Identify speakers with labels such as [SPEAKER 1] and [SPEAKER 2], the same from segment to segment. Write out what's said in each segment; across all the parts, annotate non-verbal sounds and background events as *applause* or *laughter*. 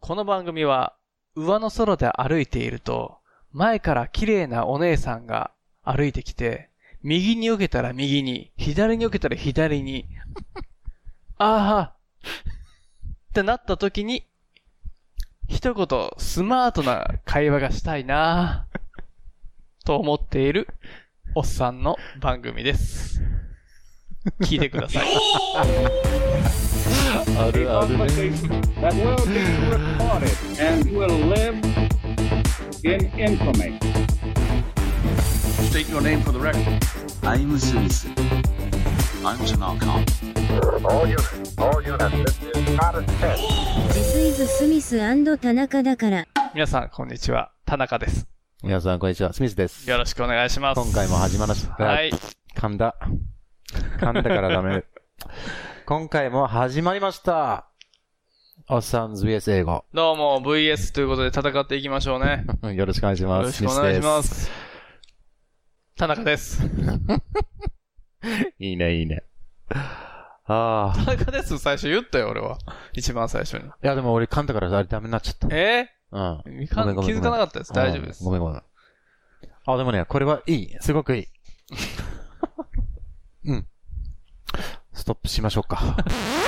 [SPEAKER 1] この番組は、上の空で歩いていると、前から綺麗なお姉さんが歩いてきて、右に避けたら右に、左に避けたら左に、 *laughs* ああってなった時に、一言、スマートな会話がしたいなぁと思っている、おっさんの番組です。聞いてください。
[SPEAKER 2] あるあるね。
[SPEAKER 3] that will be recorded and will live in infamy.
[SPEAKER 4] State your name for the record.
[SPEAKER 5] I'm Smith. I'm Jamal Khan.
[SPEAKER 6] All units, this is not a test.
[SPEAKER 7] This is Smith 田中だから。
[SPEAKER 1] 皆さん、こんにちは。田中です。
[SPEAKER 2] 皆さん、こんにちは。スミスです。
[SPEAKER 1] よろしくお願いします。
[SPEAKER 2] 今回も始まらせて、
[SPEAKER 1] はい。
[SPEAKER 2] 噛んだ。噛んだからダメ。 *laughs* 今回も始まりました。おっさんズ VS 英語。
[SPEAKER 1] どうも、VS ということで戦っていきましょうね。
[SPEAKER 2] *laughs* よろしくお願いし
[SPEAKER 1] よ
[SPEAKER 2] ま
[SPEAKER 1] ろし
[SPEAKER 2] す。
[SPEAKER 1] くお願いしま
[SPEAKER 2] スミス
[SPEAKER 1] す。田中です。
[SPEAKER 2] です。いいね、いいね。ああ。
[SPEAKER 1] 田中です、最初言ったよ、俺は。一番最初に。
[SPEAKER 2] いや、でも俺噛んだからあれダメになっちゃった。
[SPEAKER 1] え
[SPEAKER 2] うん。
[SPEAKER 1] ー、か
[SPEAKER 2] ごめんごめんごめん
[SPEAKER 1] 気づかなかったです。大丈夫です
[SPEAKER 2] うん。ごめんごめん。あ、でもね、これはいい。すご
[SPEAKER 1] *laughs*
[SPEAKER 2] くいい。うん。ストップしましょう
[SPEAKER 1] *laughs*
[SPEAKER 2] か。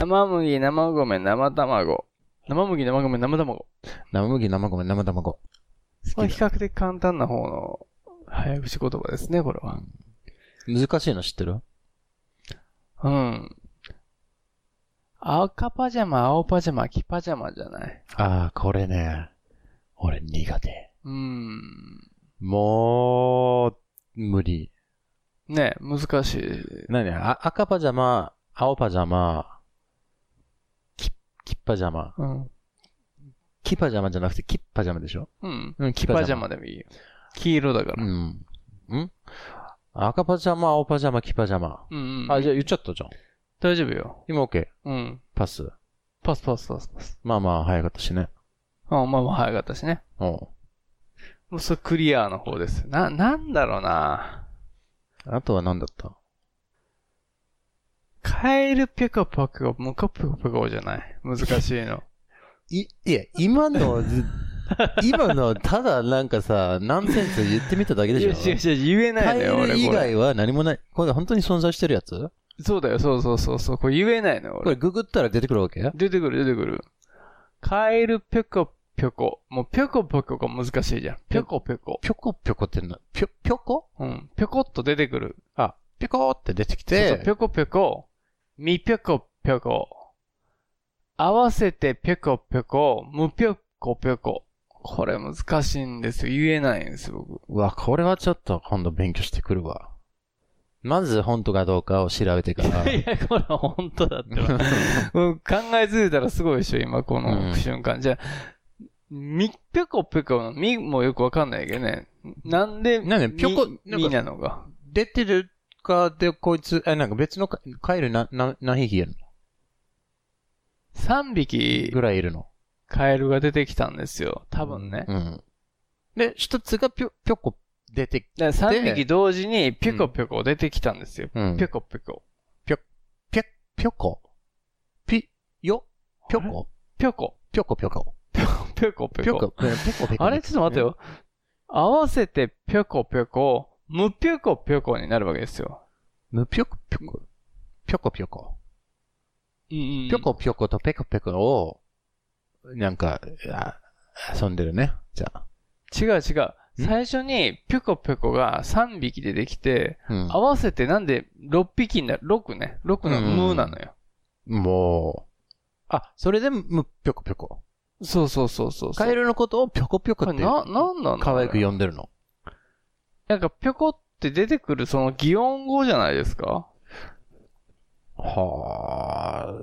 [SPEAKER 1] 生麦、生米、生卵。生麦、生米、生卵。
[SPEAKER 2] 生麦、生米、生卵。
[SPEAKER 1] これ比較的簡単な方の早口言葉ですね、これは。
[SPEAKER 2] 難しいの知ってる
[SPEAKER 1] うん。赤パジャマ、青パジャマ、黄パジャマじゃない。
[SPEAKER 2] ああ、これね。俺苦手。
[SPEAKER 1] うん。
[SPEAKER 2] もう、無理。
[SPEAKER 1] ね難しい。
[SPEAKER 2] なにあ赤パジャマ、青パジャマ、き、きっパジャマ。
[SPEAKER 1] うん。
[SPEAKER 2] きパジャマじゃなくてきっパジャマでしょ
[SPEAKER 1] うん。
[SPEAKER 2] うん、き
[SPEAKER 1] 黄パジャマ。でもいいよ。黄色だか
[SPEAKER 2] う
[SPEAKER 1] ら。
[SPEAKER 2] ん。ん赤パジャマ、青パジャマ、きパジャマ。
[SPEAKER 1] うん、うん。
[SPEAKER 2] あ、じゃあ言っちゃったじゃん。
[SPEAKER 1] 大丈夫よ。
[SPEAKER 2] 今 OK。
[SPEAKER 1] うん。
[SPEAKER 2] パス。
[SPEAKER 1] パスパスパスパス。
[SPEAKER 2] まあまあ、早かったしね。
[SPEAKER 1] あまあまあ早かったしね。
[SPEAKER 2] うん。
[SPEAKER 1] もうそれクリアの方です。な、なんだろうな。
[SPEAKER 2] あとは何だった
[SPEAKER 1] カエルピョコポコ、ムコピョコピョコじゃない。難しいの。
[SPEAKER 2] い、いや、今の、ず今の、ただなんかさ、何センス言ってみただけで
[SPEAKER 1] *laughs* い
[SPEAKER 2] し
[SPEAKER 1] や
[SPEAKER 2] ょ
[SPEAKER 1] 違う違う、言えな
[SPEAKER 2] カ
[SPEAKER 1] いの
[SPEAKER 2] エ
[SPEAKER 1] よ、
[SPEAKER 2] ル
[SPEAKER 1] 俺
[SPEAKER 2] 以
[SPEAKER 1] これ。
[SPEAKER 2] 外は何もない。これ本当に存在してるやつ
[SPEAKER 1] そうだよ、そうそうそうそう。これ言えないのよ、
[SPEAKER 2] こ
[SPEAKER 1] 俺
[SPEAKER 2] れ。ググったら出てくるわけ
[SPEAKER 1] 出てくる、出てくる。カエルピョコピョコ。もうピョコピョコが難しいじゃん。ピョコピョコ。
[SPEAKER 2] ぴょこぴょこってな、ぴょ、ぴょこ
[SPEAKER 1] うん。ピョコっと出てくる。
[SPEAKER 2] あ、ぴょこって出てき
[SPEAKER 1] そうそう
[SPEAKER 2] て
[SPEAKER 1] ピ、ョコピョコ。みピョコピョコ。合わせてピョコピョコ、むピョコピョコ。これ難しいんですよ。言えないんですよ、僕。
[SPEAKER 2] うわ、これはちょっと今度勉強してくるわ。まず本当かどうかを調べてか
[SPEAKER 1] *laughs*
[SPEAKER 2] ら。
[SPEAKER 1] いや、これは本当だ *laughs* ってば。うん考えついたらすごいでしょ、今この瞬間。じゃあ、みぴょこぴょこのみもよくわかんないけどね。なんで、
[SPEAKER 2] なんで
[SPEAKER 1] み
[SPEAKER 2] ぴょこなんか
[SPEAKER 1] みなのが。
[SPEAKER 2] *laughs* 出てるかで、こいつ、え、なんか別のカカエルな、な、何匹いるの
[SPEAKER 1] 3匹
[SPEAKER 2] ぐらいいるの
[SPEAKER 1] カエルが出てきたんですよ。多分ね。
[SPEAKER 2] うん。で、一つがぴょ、ぴょこ出て、
[SPEAKER 1] だから3匹同時にぴょこぴょこ出てきたんですよ。
[SPEAKER 2] うん
[SPEAKER 1] ぴょこぴょこ。
[SPEAKER 2] ぴょ、ぴょこぴ、よ、ぴょこ
[SPEAKER 1] ぴょこ。
[SPEAKER 2] ぴょこぴょこ。
[SPEAKER 1] ぴょこぴ
[SPEAKER 2] ぴ
[SPEAKER 1] ょ
[SPEAKER 2] ょこ、
[SPEAKER 1] こ。
[SPEAKER 2] ぴょこぴょこ。
[SPEAKER 1] あれちょっと待ってよ。合わせてぴょこぴょこ、むぴょこぴょこになるわけですよ。
[SPEAKER 2] むぴょこぴょこ。ぴょこぴょこ。
[SPEAKER 1] うん
[SPEAKER 2] ぴょこぴょことペコペコを、なんか、あ遊んでるね。じゃあ。
[SPEAKER 1] 違う違う。最初にぴょこぴょこが3匹出てきて、
[SPEAKER 2] うん
[SPEAKER 1] 合わせてなんで6匹になる ?6 ね。6の無なのよ。
[SPEAKER 2] もう。あ、それで、む、ぴょこぴょこ。
[SPEAKER 1] そうそうそうそうそう。
[SPEAKER 2] カエルのことをぴょこぴょこ
[SPEAKER 1] こ
[SPEAKER 2] っ
[SPEAKER 1] れ
[SPEAKER 2] て、
[SPEAKER 1] な、なんなの
[SPEAKER 2] 可愛く呼んでるの。
[SPEAKER 1] なんかぴょこって出てくるその擬音語じゃないですか
[SPEAKER 2] はあ、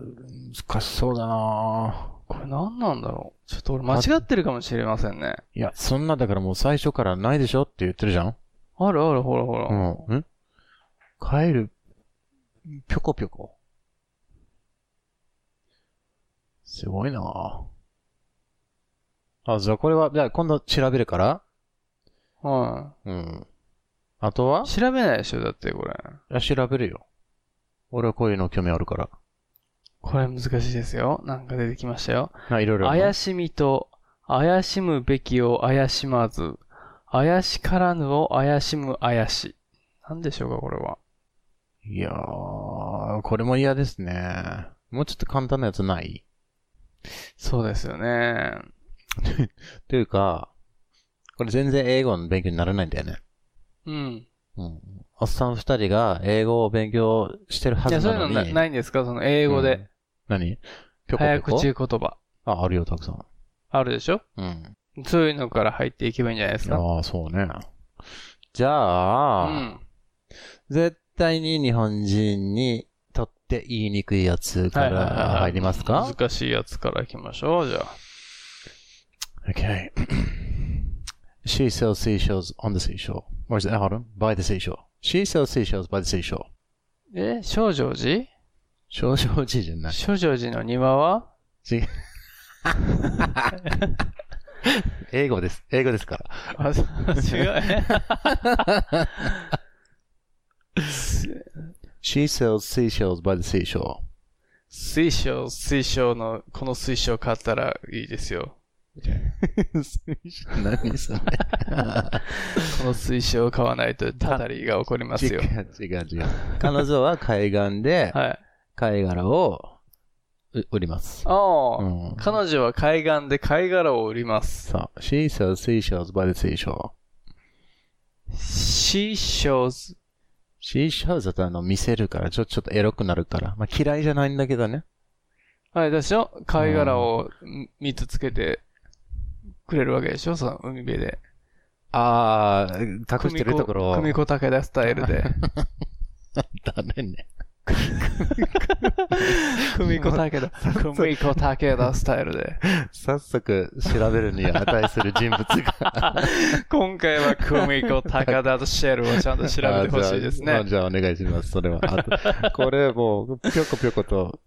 [SPEAKER 2] 難しそうだな
[SPEAKER 1] これ何なんだろうちょっと俺間違ってるかもしれませんね。
[SPEAKER 2] いや、そんなだからもう最初からないでしょって言ってるじゃん
[SPEAKER 1] あるある、ほらほら。
[SPEAKER 2] うん。んカエル、ぴょこぴょこ。すごいなあ。あ、じゃあこれは、じゃあ今度調べるから
[SPEAKER 1] は。
[SPEAKER 2] うん。あとはい
[SPEAKER 1] 調べないでしょだってこれ。
[SPEAKER 2] いや調べるよ。俺はこういうの興味あるから。
[SPEAKER 1] これ難しいですよ。なんか出てきましたよ。
[SPEAKER 2] あ、いろいろ。
[SPEAKER 1] 怪しみと怪しむべきを怪しまず、怪しからぬを怪しむ怪し。なんでしょうか、これは。
[SPEAKER 2] いやー、これも嫌ですね。もうちょっと簡単なやつない
[SPEAKER 1] そうですよね。
[SPEAKER 2] というか、これ全然英語の勉強にならないんだよね。
[SPEAKER 1] うん。
[SPEAKER 2] うん。おっさん二人が英語を勉強してるはいず
[SPEAKER 1] や、そうい
[SPEAKER 2] な
[SPEAKER 1] う
[SPEAKER 2] の
[SPEAKER 1] の
[SPEAKER 2] に。
[SPEAKER 1] なないんですかその英語
[SPEAKER 2] うん
[SPEAKER 1] で。
[SPEAKER 2] 何ピョコピ
[SPEAKER 1] 早
[SPEAKER 2] ョコ
[SPEAKER 1] 口言葉。
[SPEAKER 2] あ、あるよ、たくさん。
[SPEAKER 1] あるでしょ
[SPEAKER 2] うん。
[SPEAKER 1] そういうのから入っていけばいいんじゃないですか。
[SPEAKER 2] ああ、そうね。じゃ
[SPEAKER 1] う
[SPEAKER 2] あ、
[SPEAKER 1] ん。
[SPEAKER 2] 絶対に日本人にとって言いにくいやつか
[SPEAKER 1] はいはいはいは
[SPEAKER 2] ら
[SPEAKER 1] い
[SPEAKER 2] 入りますか、
[SPEAKER 1] 難しいやつからいきましょう、じゃあ。
[SPEAKER 2] Okay. she sells seashells on the seashore. Or is it, hold on, by the seashore. She sells seashells by the seashore.
[SPEAKER 1] え、少女寺
[SPEAKER 2] 少々じじゃない。
[SPEAKER 1] 少女寺の庭は
[SPEAKER 2] 違う英語です。英語ですから。
[SPEAKER 1] あ、そう違うね。
[SPEAKER 2] She sells seashells by the seashore.
[SPEAKER 1] 水晶、水晶の、この水晶買ったらいいですよ。
[SPEAKER 2] *laughs* 何それ
[SPEAKER 1] この水晶を買わないとたたりが起こります
[SPEAKER 2] 違
[SPEAKER 1] よ。
[SPEAKER 2] う違う
[SPEAKER 1] *laughs*
[SPEAKER 2] 違う。彼女は海岸で
[SPEAKER 1] はい。
[SPEAKER 2] 貝殻をう売ります。
[SPEAKER 1] ああ、
[SPEAKER 2] うん
[SPEAKER 1] 彼女は海岸で貝殻を売ります。
[SPEAKER 2] そう。She sells seashells by the seashore.
[SPEAKER 1] シーショーズ。
[SPEAKER 2] seashells だとあの見せるから、ちょ、ちょっとエロくなるから。まあ嫌いじゃないんだけどね。
[SPEAKER 1] はい、でしょ貝殻を3つつけてくれるわけでしょその海辺で。
[SPEAKER 2] ああ、隠してるところを。
[SPEAKER 1] 組子武田スタイル
[SPEAKER 2] *laughs*
[SPEAKER 1] で。
[SPEAKER 2] だね。
[SPEAKER 1] 組子武
[SPEAKER 2] *laughs*
[SPEAKER 1] 田。組子武田スタイルで。
[SPEAKER 2] *laughs* 早速調べるに値する
[SPEAKER 1] *laughs*
[SPEAKER 2] 人物が。
[SPEAKER 1] 今回は組子武田とシェルをちゃんと調べてほしいです
[SPEAKER 2] あ
[SPEAKER 1] ね
[SPEAKER 2] じ。ゃああじゃあお願いします。そ
[SPEAKER 1] *laughs*
[SPEAKER 2] れは。あとこれもう、ぴょこぴょこと。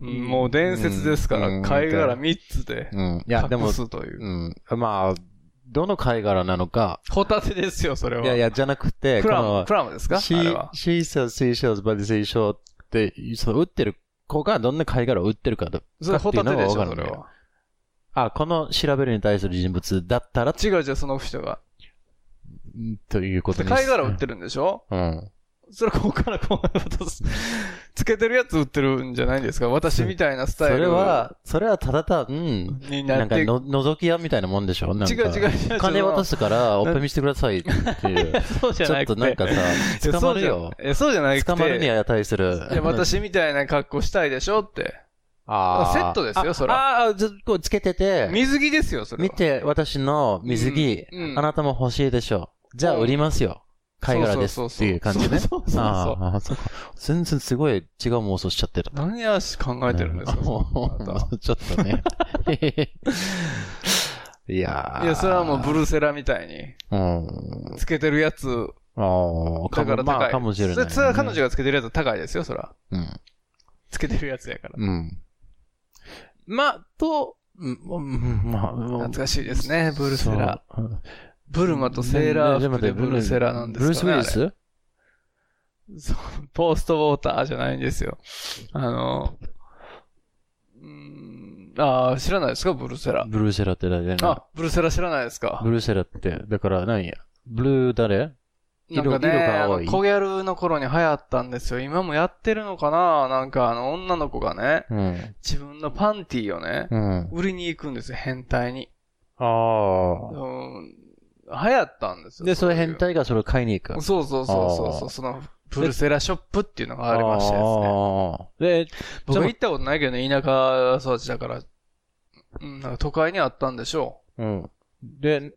[SPEAKER 1] もう伝説ですか
[SPEAKER 2] う
[SPEAKER 1] ら、
[SPEAKER 2] ん
[SPEAKER 1] 貝殻3つで
[SPEAKER 2] うん。いや、でも
[SPEAKER 1] 隠、すという。
[SPEAKER 2] うん。まあ、どの貝殻なのか。
[SPEAKER 1] ホタテですよ、それは。
[SPEAKER 2] いやいや、じゃなくて、
[SPEAKER 1] クラ
[SPEAKER 2] こ
[SPEAKER 1] ム
[SPEAKER 2] の、
[SPEAKER 1] クラムですかあ
[SPEAKER 2] she,
[SPEAKER 1] れは。
[SPEAKER 2] she sells seashells by the seashore って、その売ってる子がどんな貝殻を売ってるかと。
[SPEAKER 1] それホタテでし
[SPEAKER 2] か
[SPEAKER 1] ょ、
[SPEAKER 2] っ
[SPEAKER 1] そ
[SPEAKER 2] てい
[SPEAKER 1] うれ
[SPEAKER 2] のがわかるんだよ
[SPEAKER 1] は。
[SPEAKER 2] あ、この調べるに対する人物だったら、
[SPEAKER 1] 違う違う、その人が。
[SPEAKER 2] んということです。
[SPEAKER 1] 貝殻売ってるんでしょ
[SPEAKER 2] うん。
[SPEAKER 1] それここからこう *laughs* 渡す。つけてるやつ売ってるんじゃないんですか私みたいなス
[SPEAKER 2] そ
[SPEAKER 1] タイル。
[SPEAKER 2] れは、それはただただ、うん。
[SPEAKER 1] にな
[SPEAKER 2] な
[SPEAKER 1] っ
[SPEAKER 2] んか
[SPEAKER 1] て。違う
[SPEAKER 2] の、覗き屋みたいなもんでしょなんか
[SPEAKER 1] 違う違う違う。
[SPEAKER 2] 金渡
[SPEAKER 1] す。
[SPEAKER 2] すから、おっぺ見してください
[SPEAKER 1] *laughs*
[SPEAKER 2] っていう。
[SPEAKER 1] そうじゃ
[SPEAKER 2] ちょ
[SPEAKER 1] な
[SPEAKER 2] っ
[SPEAKER 1] く
[SPEAKER 2] と
[SPEAKER 1] て。
[SPEAKER 2] なんかさ、捕まるよ。
[SPEAKER 1] え、そうじゃない
[SPEAKER 2] 捕まるに
[SPEAKER 1] い
[SPEAKER 2] 値する。
[SPEAKER 1] や、私みたいな格好したいでしょって。
[SPEAKER 2] あー
[SPEAKER 1] セットですよ
[SPEAKER 2] あ
[SPEAKER 1] そら
[SPEAKER 2] ああ、ずっとつけてて、
[SPEAKER 1] 水着ですよ、それは。
[SPEAKER 2] 見て、私の水着
[SPEAKER 1] うんう、ん
[SPEAKER 2] あなたも欲しいでしょう。じゃあ売りますよ。貝殻ですっていう感じ
[SPEAKER 1] そう
[SPEAKER 2] ね。
[SPEAKER 1] そうそうそうそうそう
[SPEAKER 2] あーそうか全然すごい違う妄想しちゃってた。
[SPEAKER 1] 何やし考えてるんですか、そのあな
[SPEAKER 2] ちょっとね。 *laughs* い
[SPEAKER 1] た
[SPEAKER 2] やー
[SPEAKER 1] いや、それはもうブルセラみたいに、
[SPEAKER 2] うん。
[SPEAKER 1] つけてるやつ、
[SPEAKER 2] ああ、
[SPEAKER 1] だから高い。
[SPEAKER 2] まあ、かもしれない、
[SPEAKER 1] そそれは彼女がつけてるやつは高いですよ、そら。
[SPEAKER 2] うん。
[SPEAKER 1] つけてるやつやから。
[SPEAKER 2] うん。まあ、と、うんうんまあ、
[SPEAKER 1] 懐かしいですね、ブルセラ。
[SPEAKER 2] そう。うん
[SPEAKER 1] ブルマとセーラー服で
[SPEAKER 2] ねねね
[SPEAKER 1] ブルセラなんです
[SPEAKER 2] ブ
[SPEAKER 1] か
[SPEAKER 2] ル
[SPEAKER 1] ね。
[SPEAKER 2] ース・ウィリ
[SPEAKER 1] あれ
[SPEAKER 2] ス
[SPEAKER 1] ポーストウォーターじゃないんですよ。あの、うーん、あー知らないですか、ブルセラ。
[SPEAKER 2] ブルーセラって誰だよね
[SPEAKER 1] あ、ブルセラ知らないですか
[SPEAKER 2] ブ。ルーセラって、だから何やブルー誰
[SPEAKER 1] なん
[SPEAKER 2] 色
[SPEAKER 1] かね、
[SPEAKER 2] 色が
[SPEAKER 1] あ
[SPEAKER 2] 青
[SPEAKER 1] の
[SPEAKER 2] い
[SPEAKER 1] コギャルの頃に流行ったんですよ。今もやってるのかななんかあの女の子がね、
[SPEAKER 2] うん。
[SPEAKER 1] 自分のパンティーをね、
[SPEAKER 2] うん。
[SPEAKER 1] 売りに行くんですよ、変態に。う
[SPEAKER 2] ああ。
[SPEAKER 1] ん、流行ったんですよ。
[SPEAKER 2] で、それ
[SPEAKER 1] ういう
[SPEAKER 2] 変態がそれを買いに行く。
[SPEAKER 1] そうそうそうそうそ
[SPEAKER 2] あー
[SPEAKER 1] う、その、ブルセラショップっていうのがありましてですね。
[SPEAKER 2] ね。で、
[SPEAKER 1] 僕は行ったことないけどね、田舎育ちだから、うん、なんか都会にあったんでしょ
[SPEAKER 2] うん。で、ん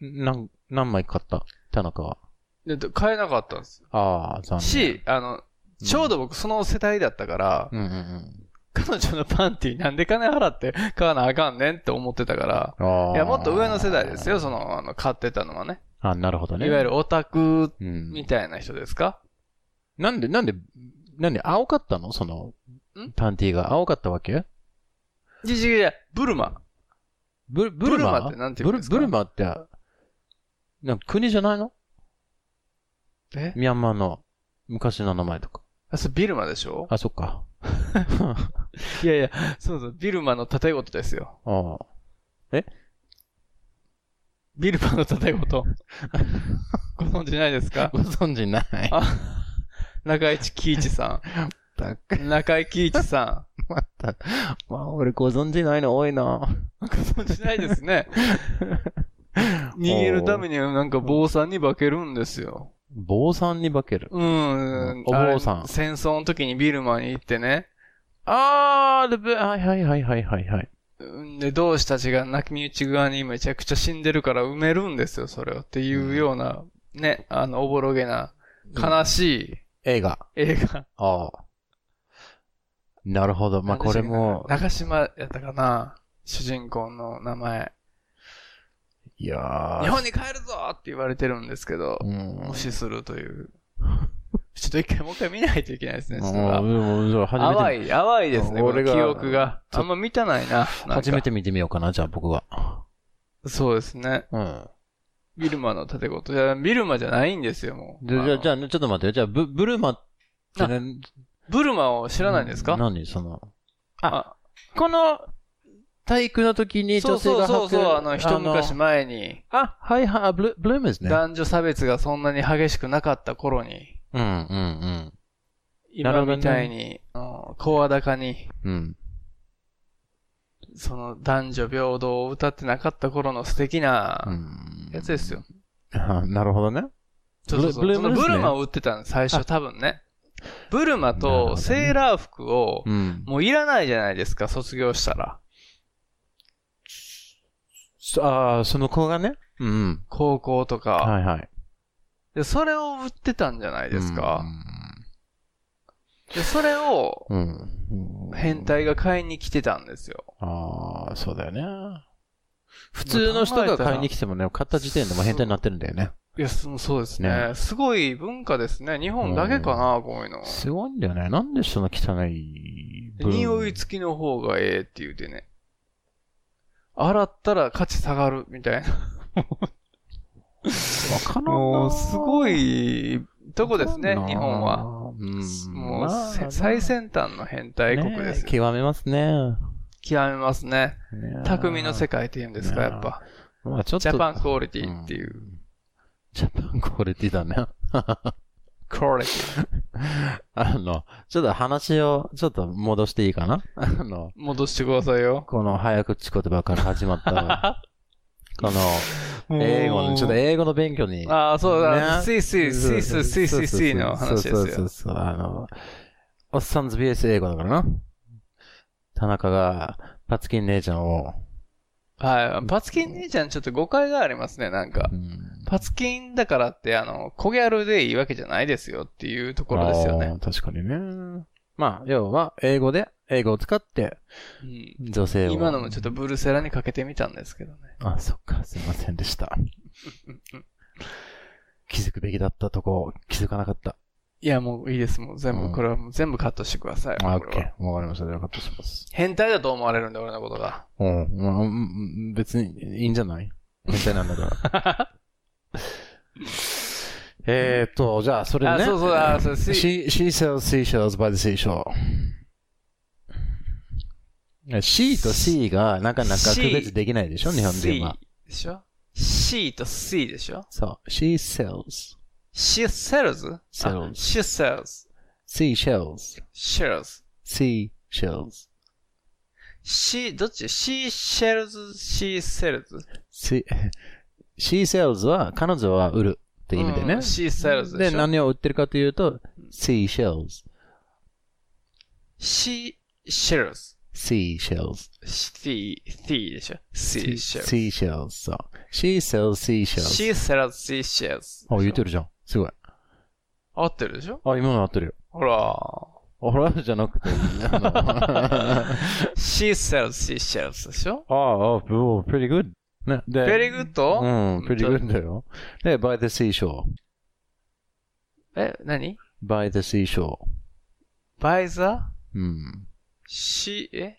[SPEAKER 2] なん、何枚買った田中は。
[SPEAKER 1] う。でで、買えなかったんです。
[SPEAKER 2] ああ、残念。
[SPEAKER 1] し、あの、ちょうど僕その世代だったから、
[SPEAKER 2] うんうんうん。
[SPEAKER 1] 彼女のパンティなんで金払って *laughs* 買わなあかんねんって思ってたから、
[SPEAKER 2] ああ。
[SPEAKER 1] いや、もっと上の世代ですよ、その、あの、買ってたのはね。
[SPEAKER 2] あ、なるほどね。
[SPEAKER 1] いわゆるオタク
[SPEAKER 2] うん。
[SPEAKER 1] みたいな人ですか
[SPEAKER 2] なんで、なんで、なんで青かったのその
[SPEAKER 1] ん、
[SPEAKER 2] パンティーが青かったわけ
[SPEAKER 1] じじいや、ブルマ。
[SPEAKER 2] ブルブル
[SPEAKER 1] ブル
[SPEAKER 2] マ
[SPEAKER 1] マってなんて言うんですか
[SPEAKER 2] ブルブルマって、なんか国じゃないの
[SPEAKER 1] え
[SPEAKER 2] ミャンマーの昔の名前とか。
[SPEAKER 1] あ、それビルマでしょ
[SPEAKER 2] あ、そっか。
[SPEAKER 1] いやいや、そうそう、ビルマの盾事ですよ。
[SPEAKER 2] ああ。
[SPEAKER 1] ビルパンの叩き
[SPEAKER 2] *laughs*
[SPEAKER 1] 事。ご存知ないですか
[SPEAKER 2] ご存知ない。
[SPEAKER 1] あ、中井貴一さ
[SPEAKER 2] た
[SPEAKER 1] ん。中井貴一さ
[SPEAKER 2] また。まあ、俺ご存知ないの多いな。
[SPEAKER 1] ん。ご存知ないです
[SPEAKER 2] *laughs*
[SPEAKER 1] ね。逃げるためにはなんか坊さんに化けるんですよ。
[SPEAKER 2] 坊さんに化ける。
[SPEAKER 1] うん。
[SPEAKER 2] お坊さん
[SPEAKER 1] あれ戦争の時にビルマに行ってね。
[SPEAKER 2] あー、でぶ、はいはいはいはいはいはい。
[SPEAKER 1] うんで、同志たちが泣き身内側にめちゃくちゃ死んでるから埋めるんですよ、それを。っていうような、ね、あの、おぼろげな、悲しい
[SPEAKER 2] 映画。
[SPEAKER 1] 映画。
[SPEAKER 2] ああ。なるほど。まあ、これも、
[SPEAKER 1] 中島やったかな主人公の名前。
[SPEAKER 2] いや
[SPEAKER 1] 日
[SPEAKER 2] ー。
[SPEAKER 1] 本に帰るぞって言われてるんですけど、
[SPEAKER 2] うん。
[SPEAKER 1] 無視するという。ちょっと一回、もう一回見ないといけないですね、それ
[SPEAKER 2] あ
[SPEAKER 1] は
[SPEAKER 2] あ、うん、うん、初めて。
[SPEAKER 1] 淡い、淡いですね、こ
[SPEAKER 2] 俺
[SPEAKER 1] の
[SPEAKER 2] が
[SPEAKER 1] 記憶が。あんま見たないな。なんか
[SPEAKER 2] 初め。て見てみようかな、じゃあ僕は。
[SPEAKER 1] そうですね。
[SPEAKER 2] うん。
[SPEAKER 1] ビルマの盾事。いや、ビルマじゃないんですよ、もう。
[SPEAKER 2] じゃあ、じゃあ、じ
[SPEAKER 1] ゃ
[SPEAKER 2] ゃあちょっと待ってよ。じゃあ、ブ、ブルマってね、
[SPEAKER 1] ブルマを知
[SPEAKER 2] 知
[SPEAKER 1] らないんですか
[SPEAKER 2] 何その、
[SPEAKER 1] あ、
[SPEAKER 2] この、体育の時に
[SPEAKER 1] そう
[SPEAKER 2] 女性
[SPEAKER 1] そう
[SPEAKER 2] が
[SPEAKER 1] そう
[SPEAKER 2] 履く
[SPEAKER 1] そう、あの、一昔前に、
[SPEAKER 2] あのあ、はいはい、あブルブルームですね。
[SPEAKER 1] 男女差別がそんなに激しくなかった頃に、
[SPEAKER 2] うん、うん、なる
[SPEAKER 1] 今
[SPEAKER 2] ほどね
[SPEAKER 1] みたいに、うん声高に、
[SPEAKER 2] うん。うん。
[SPEAKER 1] その男女平等を歌ってなかった頃の素敵な
[SPEAKER 2] うん
[SPEAKER 1] やつですよ。
[SPEAKER 2] あなるほどね。
[SPEAKER 1] そうそうそう
[SPEAKER 2] ブル
[SPEAKER 1] その
[SPEAKER 2] ブルームですね
[SPEAKER 1] ブルマを売ってたんです、最初多分ね。ブルマ
[SPEAKER 2] なるほど
[SPEAKER 1] と
[SPEAKER 2] ね
[SPEAKER 1] セーラー服を、
[SPEAKER 2] うん。
[SPEAKER 1] もういらないじゃないですか、卒業したら。
[SPEAKER 2] そああ、その子がね。うん。
[SPEAKER 1] 高校とか。
[SPEAKER 2] はいはい。
[SPEAKER 1] で、それを売ってたんじゃないですか。で、それを
[SPEAKER 2] うん。うん。うん
[SPEAKER 1] 変。態が買いに来てたんですよ。
[SPEAKER 2] ああ、そうだよね。普通の人が買いに来てもね、買った時点でもう変態になってるんだよね。
[SPEAKER 1] いや、そそうですね
[SPEAKER 2] ね
[SPEAKER 1] すごい文化ですね。日本だけかな、こういうの。
[SPEAKER 2] すごいんだよね。なんでそんな汚い
[SPEAKER 1] で匂い付きの方がええって言うてね。洗ったら価値下がるみた
[SPEAKER 2] *laughs*
[SPEAKER 1] いな。
[SPEAKER 2] きわからんな
[SPEAKER 1] もう、すごいとこですね、
[SPEAKER 2] わかんな
[SPEAKER 1] 日本は。。
[SPEAKER 2] うん。
[SPEAKER 1] もう、
[SPEAKER 2] まあ
[SPEAKER 1] せ最先端の変態国ですよ、
[SPEAKER 2] ねえ極めますね。
[SPEAKER 1] 極めますね。
[SPEAKER 2] ねえ
[SPEAKER 1] 匠の世界って言うんですか、
[SPEAKER 2] ね
[SPEAKER 1] やっぱ。
[SPEAKER 2] まあちょっと
[SPEAKER 1] ジャパンクオリティっていう。
[SPEAKER 2] んジャパンクオリティだね。
[SPEAKER 1] クオリティ。
[SPEAKER 2] あの、ちょっと話を、ちょっと戻していいかなあの、
[SPEAKER 1] 戻してくださいよ。
[SPEAKER 2] この早口言葉から始まった、この、英語の、ちょっと英語の勉強に。
[SPEAKER 1] ああ、そうだ、
[SPEAKER 2] ね
[SPEAKER 1] スイスイ、スイス、スイスイ、スイの話です
[SPEAKER 2] そうそうそ
[SPEAKER 1] よ
[SPEAKER 2] う。そう、あの、おっさんず BS 英語だからな。田中が、パツキン姉ちゃんを、
[SPEAKER 1] はい。パツキン兄ちゃんちょっと誤解がありますね、なんか
[SPEAKER 2] う。ん
[SPEAKER 1] パツキンだからって、あの、小ギャルでいいわけじゃないですよっていうところですよね。
[SPEAKER 2] あー確かにね。まあ、要は、英語で、英語を使って、
[SPEAKER 1] うん
[SPEAKER 2] 女性を。
[SPEAKER 1] 今のもちょっとブルセラにかけてみたんですけどね。
[SPEAKER 2] あ、そっか、すいません
[SPEAKER 1] *laughs*
[SPEAKER 2] でした。気づくべきだったとこ、気づかなかった。
[SPEAKER 1] いや、もういいです。もう全
[SPEAKER 2] う
[SPEAKER 1] 部、
[SPEAKER 2] ん
[SPEAKER 1] これはもう全部カットしてください。
[SPEAKER 2] あ、オ
[SPEAKER 1] こ
[SPEAKER 2] ッ
[SPEAKER 1] れは
[SPEAKER 2] ケー。わかりました。よかったします。
[SPEAKER 1] 変態だと思われるんで、俺のことが。
[SPEAKER 2] うんまあ、うんうん別にいいんじゃないみたいなんだから。
[SPEAKER 1] *laughs*
[SPEAKER 2] えーっと、じゃあ、それ
[SPEAKER 1] あ、
[SPEAKER 2] ね。
[SPEAKER 1] そうそう、あ、そう、スイ
[SPEAKER 2] She, she sells seashells by the seashore. C と C がなかなか区別できないでしょ日本人は。。
[SPEAKER 1] C でしょ ?C と C でしょ
[SPEAKER 2] そう。She sells
[SPEAKER 1] ?She sells? あ
[SPEAKER 2] Sells
[SPEAKER 1] She sells.
[SPEAKER 2] seashells.
[SPEAKER 1] Shells.
[SPEAKER 2] Seashells.
[SPEAKER 1] She, どっち ?She sells, she sells.
[SPEAKER 2] *laughs* She, she sells は彼女は売るって意味でね。
[SPEAKER 1] うん she sells で
[SPEAKER 2] で、
[SPEAKER 1] しょ。
[SPEAKER 2] 何を売ってるかというと、seashells.
[SPEAKER 1] she sells.
[SPEAKER 2] Seashells.
[SPEAKER 1] she, she でしょ ?she sells.
[SPEAKER 2] Seashells. そう。She sells
[SPEAKER 1] she
[SPEAKER 2] seashells.
[SPEAKER 1] sells, she sells.
[SPEAKER 2] あ、言ってるじゃん。すごい。
[SPEAKER 1] 合ってるでしょ
[SPEAKER 2] あ、今の合ってるよ。
[SPEAKER 1] ほら。
[SPEAKER 2] あほら、じゃなくて。
[SPEAKER 1] *laughs*
[SPEAKER 2] あの
[SPEAKER 1] she sells, she sells でしょ
[SPEAKER 2] ああ、お pretty good. ね、で、
[SPEAKER 1] ?very good?
[SPEAKER 2] うん、pretty good だよ。で、by the seashore.
[SPEAKER 1] え、何
[SPEAKER 2] by the seashore.
[SPEAKER 1] ?by the
[SPEAKER 2] うん。
[SPEAKER 1] she, え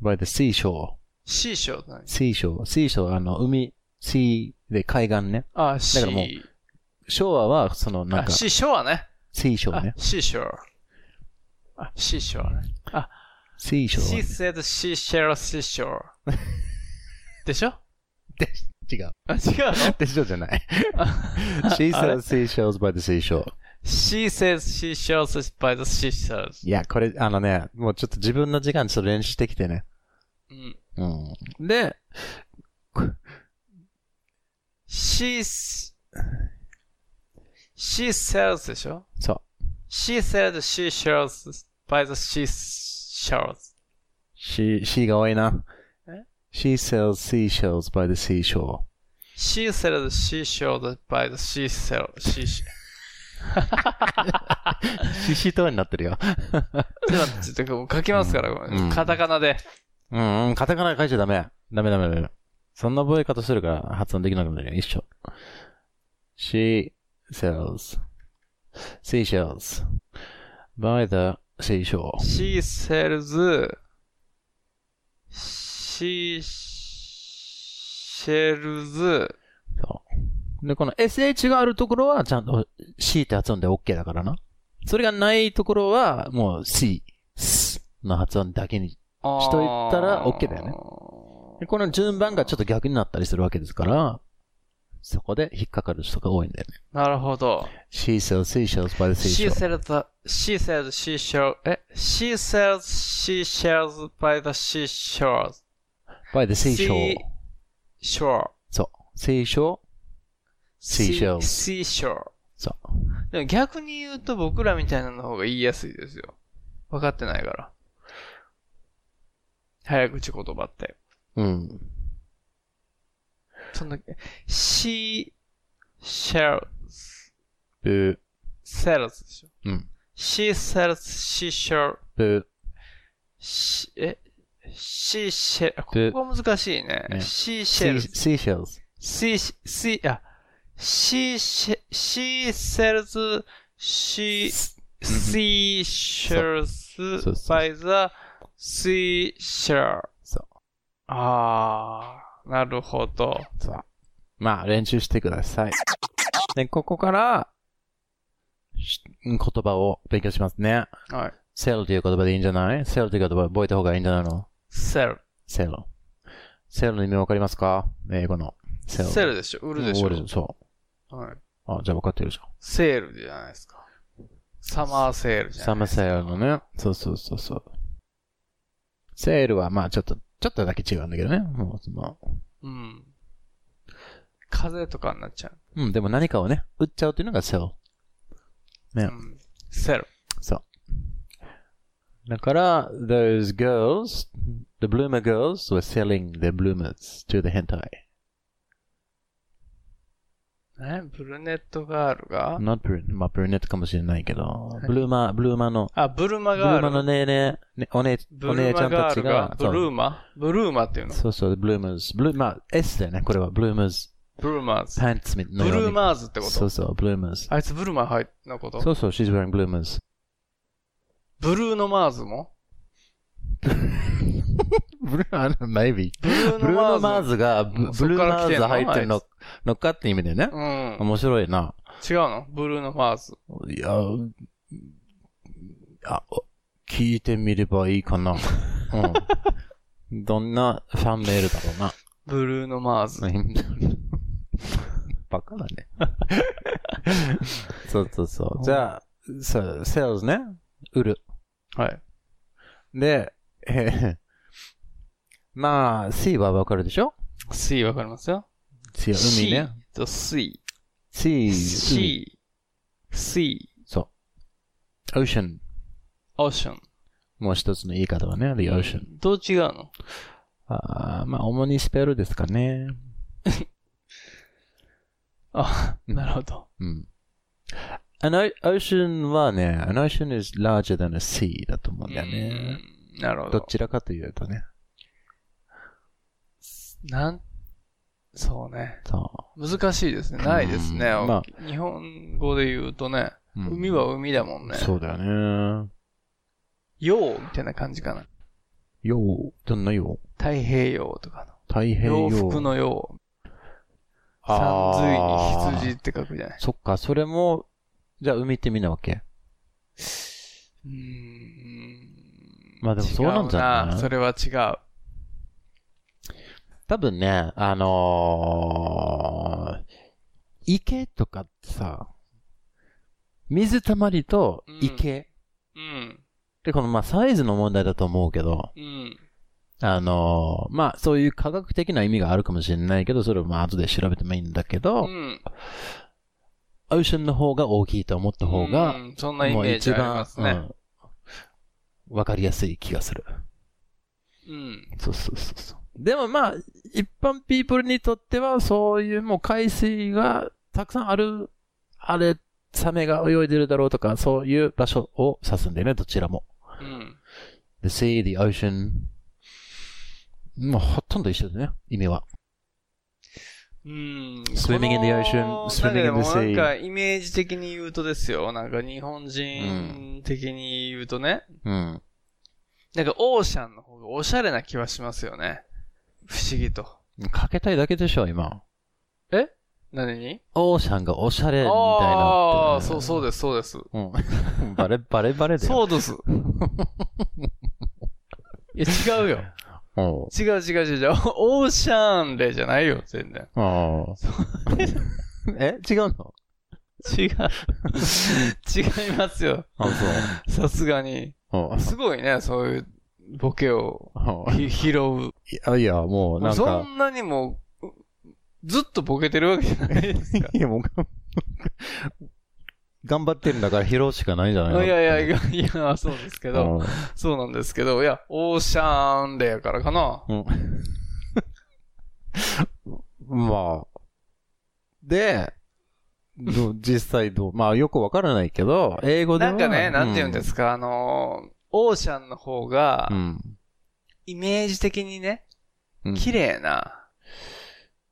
[SPEAKER 2] by the seashore.
[SPEAKER 1] ?she show って何
[SPEAKER 2] seashore. seashore, あの、海、sea で海岸ね。
[SPEAKER 1] あ、
[SPEAKER 2] だからもう
[SPEAKER 1] she,
[SPEAKER 2] 昭和は、その、なん
[SPEAKER 1] あ、
[SPEAKER 2] か、
[SPEAKER 1] she show はね。
[SPEAKER 2] seashore
[SPEAKER 1] あ
[SPEAKER 2] ね。、
[SPEAKER 1] she show. あ、she show ね。
[SPEAKER 2] seashore.
[SPEAKER 1] She said she shall, she shall. でしょ
[SPEAKER 2] 違う。 *laughs*
[SPEAKER 1] あ、違うの
[SPEAKER 2] でしょじゃ *laughs* ない。
[SPEAKER 1] あ
[SPEAKER 2] She
[SPEAKER 1] あれ
[SPEAKER 2] sells seashells by the seashore.
[SPEAKER 1] She says she sells it by the seashells.
[SPEAKER 2] いや、これ、あのね、もうちょっと自分の時間ちょっと練習してきてね。
[SPEAKER 1] うん
[SPEAKER 2] うん。で、
[SPEAKER 1] She, s- she sells でしょ
[SPEAKER 2] そう。
[SPEAKER 1] ?She said she sells by the seashells.
[SPEAKER 2] she, she が多いな
[SPEAKER 1] え。
[SPEAKER 2] she sells seashells by the seashore. *laughs*
[SPEAKER 1] She said she sells by the seashells. She...
[SPEAKER 2] シシトになってるよ。
[SPEAKER 1] *laughs* ちょっと待ってちょっと書きますから、ごめん
[SPEAKER 2] うん
[SPEAKER 1] カタカナで。
[SPEAKER 2] うん、うん、カタカナ書いちゃダメ。ダメダメダメ。そんな覚え方するから発音できなくなるよ、一緒。she sells seashells by the seashore.
[SPEAKER 1] She sells she sells
[SPEAKER 2] そう。で、この sh があるところはちゃんと c って発音で OK だからな。それがないところはもう c、s の発音だけに。しといたら OK だよねで
[SPEAKER 1] ね。
[SPEAKER 2] この順番がちょっと逆になったりするわけですから、そこで引っかかる人が多いんだよね。
[SPEAKER 1] なるほど。
[SPEAKER 2] she sells seashells by the
[SPEAKER 1] She
[SPEAKER 2] seashore.
[SPEAKER 1] sells, she sells, she sells, え ?She sells, she sells by the seashore.
[SPEAKER 2] by the seashore.
[SPEAKER 1] Sea- Shore.
[SPEAKER 2] そう。聖書 Seashells.
[SPEAKER 1] Sea- Seashore.
[SPEAKER 2] そ
[SPEAKER 1] でも逆に言うと僕らみたいなの方が言いやすいですよ。分かってないから。早口言葉って。
[SPEAKER 2] う。うん。
[SPEAKER 1] そんな、she, shall,
[SPEAKER 2] ぶ、
[SPEAKER 1] sells でしょ。
[SPEAKER 2] うん。
[SPEAKER 1] she sells, she shall,
[SPEAKER 2] ぶ、
[SPEAKER 1] she, え she shall, あこ
[SPEAKER 2] で
[SPEAKER 1] こが難しいね。
[SPEAKER 2] ね
[SPEAKER 1] she
[SPEAKER 2] シ
[SPEAKER 1] sells,
[SPEAKER 2] ーシェルズ。
[SPEAKER 1] she, she, あ、she, she, she sells, she, she sells
[SPEAKER 2] そうそう
[SPEAKER 1] by the sea shore.
[SPEAKER 2] そう。
[SPEAKER 1] あー、なるほど。
[SPEAKER 2] そう。まあ、練習してください。で、ここから、し言葉を勉強しますね。
[SPEAKER 1] はい。
[SPEAKER 2] sell という言葉でいいんじゃない ?sell という言葉覚えた方がいいんじゃないの
[SPEAKER 1] sell,
[SPEAKER 2] ?sell。sell の意味わかりますか英語の。sell。
[SPEAKER 1] sell でしょ。売るでし
[SPEAKER 2] うん
[SPEAKER 1] ょ。
[SPEAKER 2] そ
[SPEAKER 1] はい。
[SPEAKER 2] う。あ、じゃあ分かってるじゃん。
[SPEAKER 1] セールじゃないですか。サマーセールじゃ
[SPEAKER 2] サ
[SPEAKER 1] ない
[SPEAKER 2] ムセールのね。そうそうそうそう。セールは、まあちょっと、ちょっとだけ違うんだけどね。もうその
[SPEAKER 1] うん。風邪とかになっちゃう。
[SPEAKER 2] うん、でも何かをね、売っちゃうっていうのがセール。
[SPEAKER 1] う
[SPEAKER 2] ね。
[SPEAKER 1] ん。セール。
[SPEAKER 2] だから、those girls, the bloomer girls were selling their bloomers to the hentai.
[SPEAKER 1] ね、ブルネットガールが、
[SPEAKER 2] Not brun, まあ brunette かもしれないけど、ブルーマー、ブルーマーの、
[SPEAKER 1] あ、ブルマ
[SPEAKER 2] ブルー
[SPEAKER 1] ガ
[SPEAKER 2] マー
[SPEAKER 1] ー
[SPEAKER 2] の
[SPEAKER 1] ル。
[SPEAKER 2] ねえねえ、ねお姉、
[SPEAKER 1] ブ
[SPEAKER 2] お
[SPEAKER 1] ル
[SPEAKER 2] 姉ち
[SPEAKER 1] マ
[SPEAKER 2] ゃんた
[SPEAKER 1] ガー
[SPEAKER 2] ち
[SPEAKER 1] ル
[SPEAKER 2] が
[SPEAKER 1] が、、ブ
[SPEAKER 2] そう
[SPEAKER 1] ルーマブルーマっていうの
[SPEAKER 2] そうそう、ブルーマーズ、ブルー、まあ S だよね、これは、ブルーマーズ、
[SPEAKER 1] ブルーマーズ。
[SPEAKER 2] パンツみ
[SPEAKER 1] ブ
[SPEAKER 2] のように。
[SPEAKER 1] ルーマーズってこ
[SPEAKER 2] そ
[SPEAKER 1] と
[SPEAKER 2] うそう、ブルーマーズ。
[SPEAKER 1] あいつブルマー入のこと
[SPEAKER 2] そうそう、she's wearing bloomers.
[SPEAKER 1] ブルーのマーズも
[SPEAKER 2] ブルー、maybe.
[SPEAKER 1] ブル
[SPEAKER 2] ブルーノ・
[SPEAKER 1] ー
[SPEAKER 2] マー
[SPEAKER 1] ズ。
[SPEAKER 2] ズが、ブブルーノ・マーズ入ってる
[SPEAKER 1] あい
[SPEAKER 2] ののかって意味だよね。
[SPEAKER 1] うん。
[SPEAKER 2] 面白いな。
[SPEAKER 1] 違うのブルーのマーズ。
[SPEAKER 2] いや、あ、お聞いてみればいいか *laughs* な。うん。どんなファンメールだろうな。 *laughs*
[SPEAKER 1] ブルーのマーズ。
[SPEAKER 2] バカだね。 *laughs* そうそうそう。じゃあ、そう、セールスね。売る。
[SPEAKER 1] はい。
[SPEAKER 2] で、えーまあ、C はわかるでしょ
[SPEAKER 1] C わかりますよ
[SPEAKER 2] ?C は海ね。
[SPEAKER 1] C と C。
[SPEAKER 2] C、海。
[SPEAKER 1] C。C。
[SPEAKER 2] そう。Ocean。
[SPEAKER 1] Ocean。
[SPEAKER 2] もう一つの言い方はね、The Ocean。
[SPEAKER 1] どう違うの
[SPEAKER 2] あーまあ、主にスペルですかね。
[SPEAKER 1] あ、なるほど。
[SPEAKER 2] うん。An o- ocean はね、an ocean is larger than a sea だと思うんだよね。
[SPEAKER 1] うんなるほ
[SPEAKER 2] ど
[SPEAKER 1] ど。
[SPEAKER 2] ちらかというとね。
[SPEAKER 1] なん、そうね。
[SPEAKER 2] そ
[SPEAKER 1] 難しいですね。ないですね。
[SPEAKER 2] うんま
[SPEAKER 1] 日本語で言うとね、
[SPEAKER 2] う。うん
[SPEAKER 1] 海は海だもんね。
[SPEAKER 2] そうだよね。
[SPEAKER 1] 洋みたいな感じかな。
[SPEAKER 2] 洋、どんな洋
[SPEAKER 1] 太平洋とか
[SPEAKER 2] 太平
[SPEAKER 1] の。
[SPEAKER 2] 洋。
[SPEAKER 1] 洋服の洋。
[SPEAKER 2] あー
[SPEAKER 1] 三髄に羊って書くじゃない。
[SPEAKER 2] そっか、それも、じゃあ海ってみなわけ。
[SPEAKER 1] うーん。
[SPEAKER 2] まあでもそうなんじゃない
[SPEAKER 1] 違うそれは違う。
[SPEAKER 2] 多分ね、あのー池とかってさ、水たまりと池、
[SPEAKER 1] うん。
[SPEAKER 2] で、このまあサイズの問題だと思うけど、
[SPEAKER 1] うん。
[SPEAKER 2] あのーまあそういう科学的な意味があるかもしれないけど、それをまあ後で調べてもいいんだけ
[SPEAKER 1] う
[SPEAKER 2] ど、
[SPEAKER 1] ん。
[SPEAKER 2] オーシャンの方が大きいと思った方が、
[SPEAKER 1] うん、そんなイ
[SPEAKER 2] もう
[SPEAKER 1] メージ
[SPEAKER 2] 一
[SPEAKER 1] ありま
[SPEAKER 2] 番
[SPEAKER 1] すね。
[SPEAKER 2] うんわかりやすい気がする。
[SPEAKER 1] うん。
[SPEAKER 2] そうそうそうそう。でもまあ、一般ピープルにとっては、そういうもう海水がたくさんある、あれ、サメが泳いでるだろうとか、そういう場所を指すんだよね、どちらも。
[SPEAKER 1] うん。
[SPEAKER 2] The sea, the ocean. もうほとんど一緒だね、意味は。
[SPEAKER 1] うん。
[SPEAKER 2] Swimming in the ocean,
[SPEAKER 1] この
[SPEAKER 2] swimming in the
[SPEAKER 1] なんかでも
[SPEAKER 2] sea.
[SPEAKER 1] なんかイメージ的に言うとですよ。なんか日本人的に言うとね。
[SPEAKER 2] うん。
[SPEAKER 1] なんかオーシャンの方がおしゃれな気はしますよね。不思議と。
[SPEAKER 2] かけたいだけでしょ、今。
[SPEAKER 1] 何に
[SPEAKER 2] オーシャンがおしゃれみたいなって。
[SPEAKER 1] ああ、そう、そう
[SPEAKER 2] で
[SPEAKER 1] です、そうです。
[SPEAKER 2] す。うん。バ *laughs* レ、バレバレだよ。
[SPEAKER 1] そうです。 *laughs* いや、違うよ。
[SPEAKER 2] そ
[SPEAKER 1] 違う違う違う違う。オーシャンレじゃないよ、全然。
[SPEAKER 2] う。ああ。
[SPEAKER 1] *laughs*
[SPEAKER 2] え違うの
[SPEAKER 1] 違う。違いますよ。
[SPEAKER 2] あ、そ
[SPEAKER 1] さ
[SPEAKER 2] う。
[SPEAKER 1] すがに。
[SPEAKER 2] うん
[SPEAKER 1] すごいね、そういうボケをひ拾う。
[SPEAKER 2] いや、いや、もう、なん
[SPEAKER 1] そ
[SPEAKER 2] か、。
[SPEAKER 1] んなにもう、ずっとボケてるわけじゃないですか *laughs*
[SPEAKER 2] いや、もう、頑張ってるんだから拾うしかないんじゃない
[SPEAKER 1] い
[SPEAKER 2] の
[SPEAKER 1] やいやいや、いや、そうですけど、
[SPEAKER 2] うん
[SPEAKER 1] そうなんですけど、いや、オーシャンレやからかな。
[SPEAKER 2] うん。 *laughs* まあ。で、どう実際どう、まあよくわからないけど、英語で
[SPEAKER 1] な
[SPEAKER 2] は。
[SPEAKER 1] んかね、なんて言うんですか、あのー、オーシャンの方が
[SPEAKER 2] う、ん。
[SPEAKER 1] イメージ的にね、
[SPEAKER 2] うん
[SPEAKER 1] 綺麗な、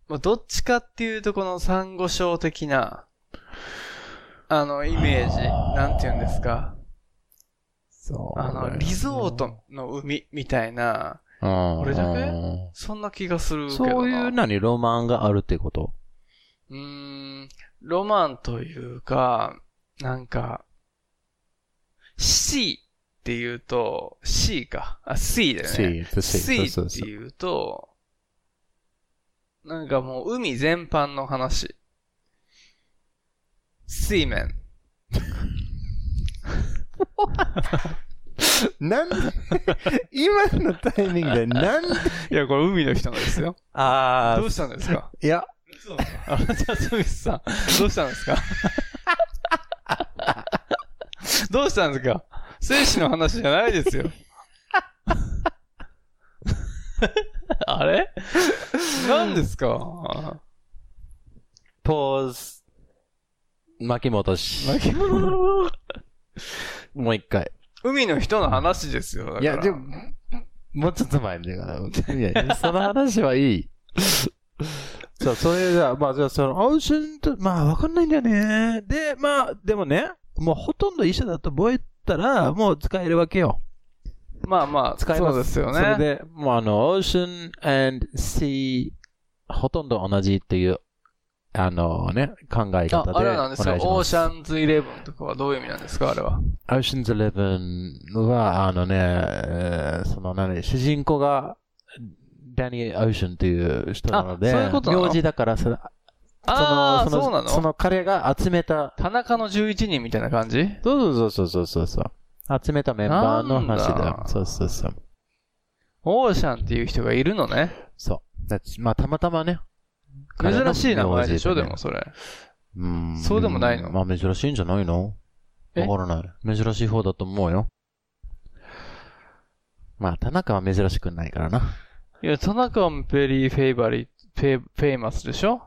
[SPEAKER 1] まあ、どっちかっていうとこの珊瑚礁的な、あの、イメージ、なんて言うんですか、
[SPEAKER 2] そうだ
[SPEAKER 1] あ
[SPEAKER 2] よね。
[SPEAKER 1] の、リゾートの海みたいな、
[SPEAKER 2] うん。
[SPEAKER 1] これだけそんな気がするけどな。
[SPEAKER 2] そういう何、ロマンがあるってこと
[SPEAKER 1] うーん、ロマンというか、なんか、C って言うと、C か。あ、C だよね。
[SPEAKER 2] ?sea, the sea.
[SPEAKER 1] C
[SPEAKER 2] そ
[SPEAKER 1] っ
[SPEAKER 2] う
[SPEAKER 1] て
[SPEAKER 2] そうそう
[SPEAKER 1] 言うと、なんかもう海全般の話。水面。
[SPEAKER 2] なんで、 *laughs* 今のタイミング
[SPEAKER 1] *laughs*
[SPEAKER 2] でなんで、
[SPEAKER 1] いや、これ海の人なんですよ。
[SPEAKER 2] あ
[SPEAKER 1] どうしたんですか
[SPEAKER 2] いや、
[SPEAKER 1] あ、じゃあ、スミスさん、どうしたんですかどうしたんですか生死の話じゃないですよ。あれ何ですか
[SPEAKER 2] ポーズ。巻き戻し。
[SPEAKER 1] 巻き
[SPEAKER 2] もう一回。
[SPEAKER 1] 海の人の話ですよ。だから
[SPEAKER 2] いや、でも、もうちょっと前だから。い
[SPEAKER 1] *laughs*
[SPEAKER 2] や、その話はいい。そう、それじゃあ、まあ、じゃあ、その、オーシャンと、まあ、わかんないんだよね。で、まあ、でもね、もうほとんど一緒だと覚えたら、もう使えるわけよ。
[SPEAKER 1] まあまあ、
[SPEAKER 2] 使えます。
[SPEAKER 1] そうですよね。
[SPEAKER 2] それで、もうあの、ocean and sea、ほとんど同じっていう、あのね、考え
[SPEAKER 1] あ
[SPEAKER 2] 方で。
[SPEAKER 1] あれなんですよ。オーシ
[SPEAKER 2] ン
[SPEAKER 1] ャンズイレブンとかはどういう意味なんですかあれは。
[SPEAKER 2] Ocean's Eleven は、あのね、えーその何、主人公が、ダニー・オーシャンという人なので、
[SPEAKER 1] あそういうことなの
[SPEAKER 2] 名字だからそれ、
[SPEAKER 1] ああ、
[SPEAKER 2] その
[SPEAKER 1] そうな
[SPEAKER 2] そ
[SPEAKER 1] の
[SPEAKER 2] の彼が集めた、
[SPEAKER 1] 田中の11人みたいな感じ
[SPEAKER 2] そうそうそうそうそうそう、集めたメンバーの話だ
[SPEAKER 1] なん
[SPEAKER 2] よ。
[SPEAKER 1] だ
[SPEAKER 2] そうそうそう。
[SPEAKER 1] オーシャンっていう人がいるのね。
[SPEAKER 2] そう。だってまあ、たまたまね。彼の
[SPEAKER 1] 珍しい名前でしょ、
[SPEAKER 2] 名字
[SPEAKER 1] で
[SPEAKER 2] ね
[SPEAKER 1] もそれ。
[SPEAKER 2] うん。
[SPEAKER 1] そうでもないの
[SPEAKER 2] まあ、珍しいんじゃないの
[SPEAKER 1] え
[SPEAKER 2] わからない。珍しい方だと思うよ。まあ、田中は珍しくないからな。
[SPEAKER 1] いや、田中はペリーフェイバリフェイ、フェイマスでしょ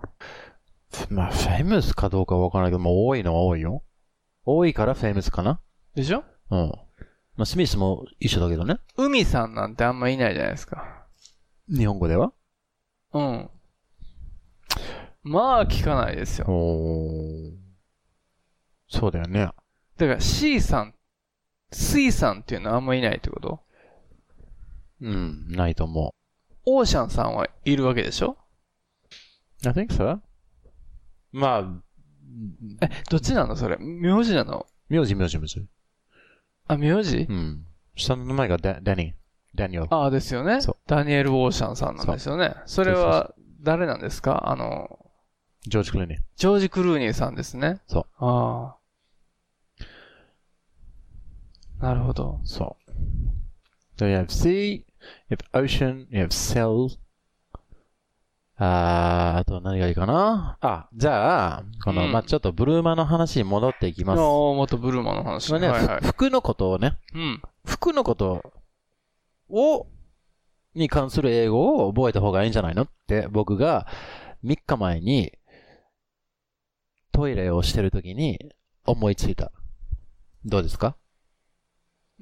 [SPEAKER 2] まあ、フェイムスかどうかわからないけど、まあ、多いのは多いよ。多いからフェイムスかな
[SPEAKER 1] でしょ
[SPEAKER 2] うん。まあ、スミスも一緒だけどね。
[SPEAKER 1] 海さんなんてあんまいないじゃないですか。
[SPEAKER 2] 日本語では
[SPEAKER 1] うん。まあ、聞かないですよ。
[SPEAKER 2] おそうだよね。
[SPEAKER 1] だから C さん、水さんっていうのはあんまいないってこと
[SPEAKER 2] うん、ないと思
[SPEAKER 1] オーシャンさんはいるわけでしょ
[SPEAKER 2] う。I think so. まあ、
[SPEAKER 1] え、どっちなのそれ。名字なの
[SPEAKER 2] 名字、名字、名字。
[SPEAKER 1] あ、名字
[SPEAKER 2] うん。下の名前がダダニダニエル。
[SPEAKER 1] ああ、ですよね
[SPEAKER 2] そう。
[SPEAKER 1] ダニエル・ウォーシャンさんなんですよね。それ
[SPEAKER 2] そう
[SPEAKER 1] は、誰なんですかあの、
[SPEAKER 2] ジョージ・クルーニー。
[SPEAKER 1] ジョージ・クルーニーさんですね。。
[SPEAKER 2] そう
[SPEAKER 1] ああ。なるほど。
[SPEAKER 2] So. So you have sea, you have ocean, you have cell. あー、あと何がいいかなあ、じゃあ、この、
[SPEAKER 1] うん
[SPEAKER 2] まあちょっとブルーマの話に戻っていき
[SPEAKER 1] あ
[SPEAKER 2] ます。
[SPEAKER 1] あ、元ブルマの話。
[SPEAKER 2] これね、
[SPEAKER 1] はいはい
[SPEAKER 2] ふ。服のことをね、
[SPEAKER 1] うん。
[SPEAKER 2] 服のことを、に関する英語を覚えた方がいいんじゃないのって、僕が3日前にトイレをしてるときに思いついた。どうですか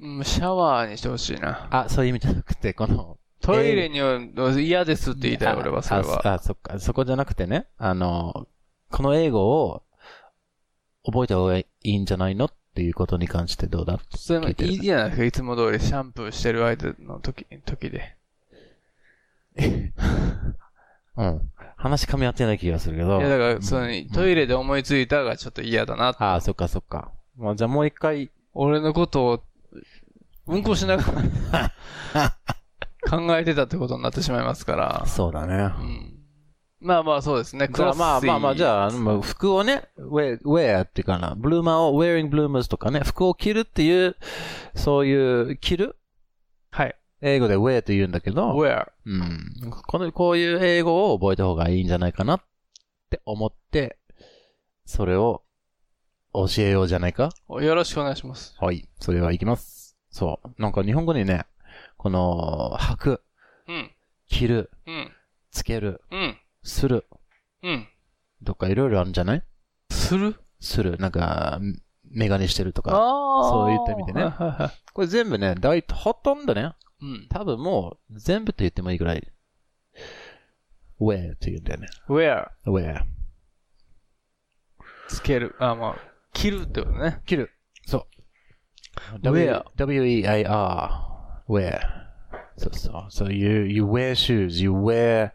[SPEAKER 1] うんシャワーにしてほしいな。
[SPEAKER 2] あ、そういう意味じゃなくて、この、
[SPEAKER 1] トイレには嫌ですって言いたい、
[SPEAKER 2] あ
[SPEAKER 1] 俺は、それは。
[SPEAKER 2] ああそっか。そこじゃなくてね、あの、この英語を覚えた方がいいんじゃないのっていうことに関してどうだ
[SPEAKER 1] それも
[SPEAKER 2] 聞
[SPEAKER 1] い
[SPEAKER 2] いてる
[SPEAKER 1] いじゃないですか、いつも通りシャンプーしてる間の時、時で。
[SPEAKER 2] うん。話噛み合ってない気がするけ
[SPEAKER 1] い
[SPEAKER 2] ど。
[SPEAKER 1] や、だから、そのトイレで思いついたがちょっと嫌だな。
[SPEAKER 2] ああ、そっかそっか。まあ、じゃあもう一回、
[SPEAKER 1] 俺のことを、うんこしなが
[SPEAKER 2] *laughs*
[SPEAKER 1] ら考えてたってことになってしまいますから。
[SPEAKER 2] そうだね。
[SPEAKER 1] うんまあまあ、そうですね。ク
[SPEAKER 2] じゃ
[SPEAKER 1] ロ
[SPEAKER 2] あ
[SPEAKER 1] ス
[SPEAKER 2] まあまあまあ、じ
[SPEAKER 1] あ。
[SPEAKER 2] ゃあ、まあ服をね、wear, wear っていうかな、ブルーマーを、wearing bloomers とかね、服を着るっていう、そういう、着る
[SPEAKER 1] はい。
[SPEAKER 2] 英語で wear と言うんだけど、
[SPEAKER 1] where?
[SPEAKER 2] うん。この、こういう英語を覚えた方がいいんじゃないかなって思って、それを教えようじゃないか
[SPEAKER 1] よろしくお願いします。
[SPEAKER 2] はい。それはいきます。そう。なんか日本語にね、この、履く、
[SPEAKER 1] うん、
[SPEAKER 2] 着る、
[SPEAKER 1] うん、
[SPEAKER 2] つける、
[SPEAKER 1] うん、
[SPEAKER 2] する、
[SPEAKER 1] うん。
[SPEAKER 2] とかいろいろあるんじゃない
[SPEAKER 1] する
[SPEAKER 2] する、なんか、メガネしてるとか。
[SPEAKER 1] ああ。
[SPEAKER 2] そういった意味でね
[SPEAKER 1] はいはいは
[SPEAKER 2] これ全部ね、だいほとんどね、
[SPEAKER 1] いうん。
[SPEAKER 2] 多分もう全部と言ってもいいぐらい、where って言うんだよね。
[SPEAKER 1] where?
[SPEAKER 2] where。
[SPEAKER 1] つける。あ、まあ、切るってことね。
[SPEAKER 2] 切る。そう。
[SPEAKER 1] Wear
[SPEAKER 2] E W-E-A-R. Wear. そうそう。So you, you wear shoes, you wear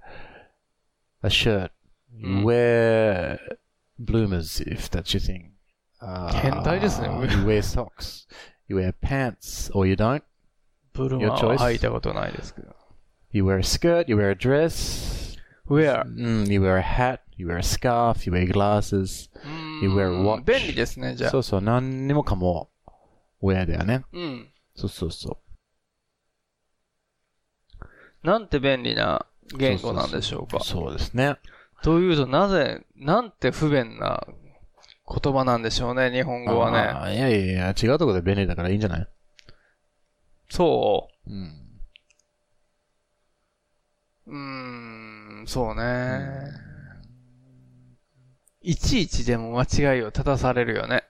[SPEAKER 2] a shirt, you
[SPEAKER 1] うん
[SPEAKER 2] wear bloomers if that's your thing. Uh,
[SPEAKER 1] 変態ですね
[SPEAKER 2] You wear socks, you wear pants, or you don't.
[SPEAKER 1] ブルマ
[SPEAKER 2] Your
[SPEAKER 1] は
[SPEAKER 2] choice.
[SPEAKER 1] 履いたことないですけど。
[SPEAKER 2] You wear a skirt, you wear a dress.
[SPEAKER 1] where?
[SPEAKER 2] Mm, you wear a hat, you wear a scarf, you wear glasses.
[SPEAKER 1] うーん
[SPEAKER 2] You wear watch.
[SPEAKER 1] 便利ですね、じゃあ。
[SPEAKER 2] そうそう、何にもかも wear eh? だよね。
[SPEAKER 1] うん。
[SPEAKER 2] そうそうそう。
[SPEAKER 1] なんて便利な言語なんでしょうか。
[SPEAKER 2] そうですね。
[SPEAKER 1] というと、なぜ、なんて不便な言葉なんでしょうね、日本語はね。
[SPEAKER 2] ね。いやいやいや、違うところで便利だからいいんじゃない
[SPEAKER 1] そ
[SPEAKER 2] うん。
[SPEAKER 1] う。うーん、そうね。いちいちでも間違いを正されるよね。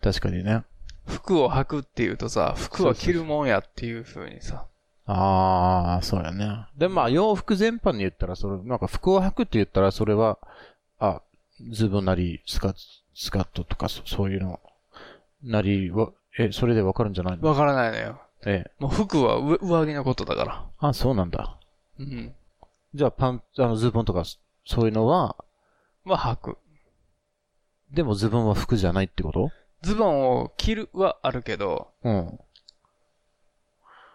[SPEAKER 2] 確かにね。
[SPEAKER 1] 服を履くっていうとさ、服は着るもんやっていう風にさ。
[SPEAKER 2] ああ、そうやね。で、まあ、洋服全般に言ったら、それ、なんか服を履くって言ったら、それは、あ、ズボンなり、スカスカットとか、そそういうの、なりは、え、それでわかるんじゃないの
[SPEAKER 1] わからないのよ。
[SPEAKER 2] ええ。
[SPEAKER 1] もう服は上上着のことだから。
[SPEAKER 2] あ、そうなんだ。
[SPEAKER 1] うん。
[SPEAKER 2] じゃあ、パン、あの、ズボンとか、そそういうのは、
[SPEAKER 1] は履く。
[SPEAKER 2] でもズボンは服じゃないってこと
[SPEAKER 1] ズボンを着るはあるけど、
[SPEAKER 2] うん。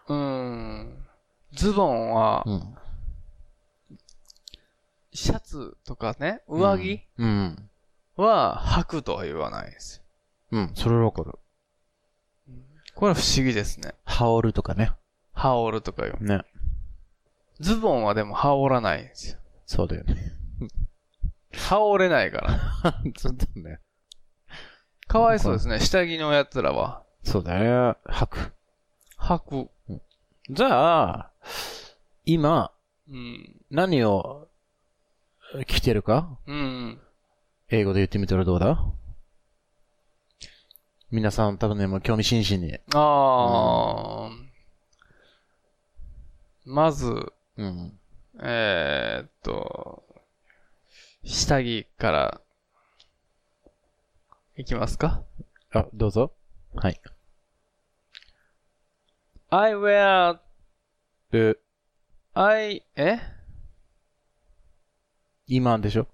[SPEAKER 1] うーん。ズボンは、
[SPEAKER 2] うん。
[SPEAKER 1] シャツとかね、上着
[SPEAKER 2] うん。
[SPEAKER 1] は履くとは言わないんですよ。
[SPEAKER 2] うん、それはわかる。
[SPEAKER 1] これは不思議ですね。
[SPEAKER 2] 羽織るとかね。
[SPEAKER 1] 羽織るとかよ。
[SPEAKER 2] ね。
[SPEAKER 1] ズボンはでも羽織らないんですよ。
[SPEAKER 2] そうだ
[SPEAKER 1] *laughs*
[SPEAKER 2] よね。
[SPEAKER 1] 羽織れないから。
[SPEAKER 2] そうだね。
[SPEAKER 1] かわいそうですね。下着のやつらは。
[SPEAKER 2] そうだね。吐く。
[SPEAKER 1] 履く。
[SPEAKER 2] じゃあ、今、
[SPEAKER 1] うん。
[SPEAKER 2] 何を着てるか
[SPEAKER 1] うん。
[SPEAKER 2] 英語で言ってみたらどうだ皆さん多分ね、もう興味津々に。
[SPEAKER 1] あー。まず、
[SPEAKER 2] うん。
[SPEAKER 1] えー、っと、下着から、いきますか
[SPEAKER 2] あ、どうぞ。はい。
[SPEAKER 1] ?I wear,
[SPEAKER 2] で、
[SPEAKER 1] I, え
[SPEAKER 2] 今でしょ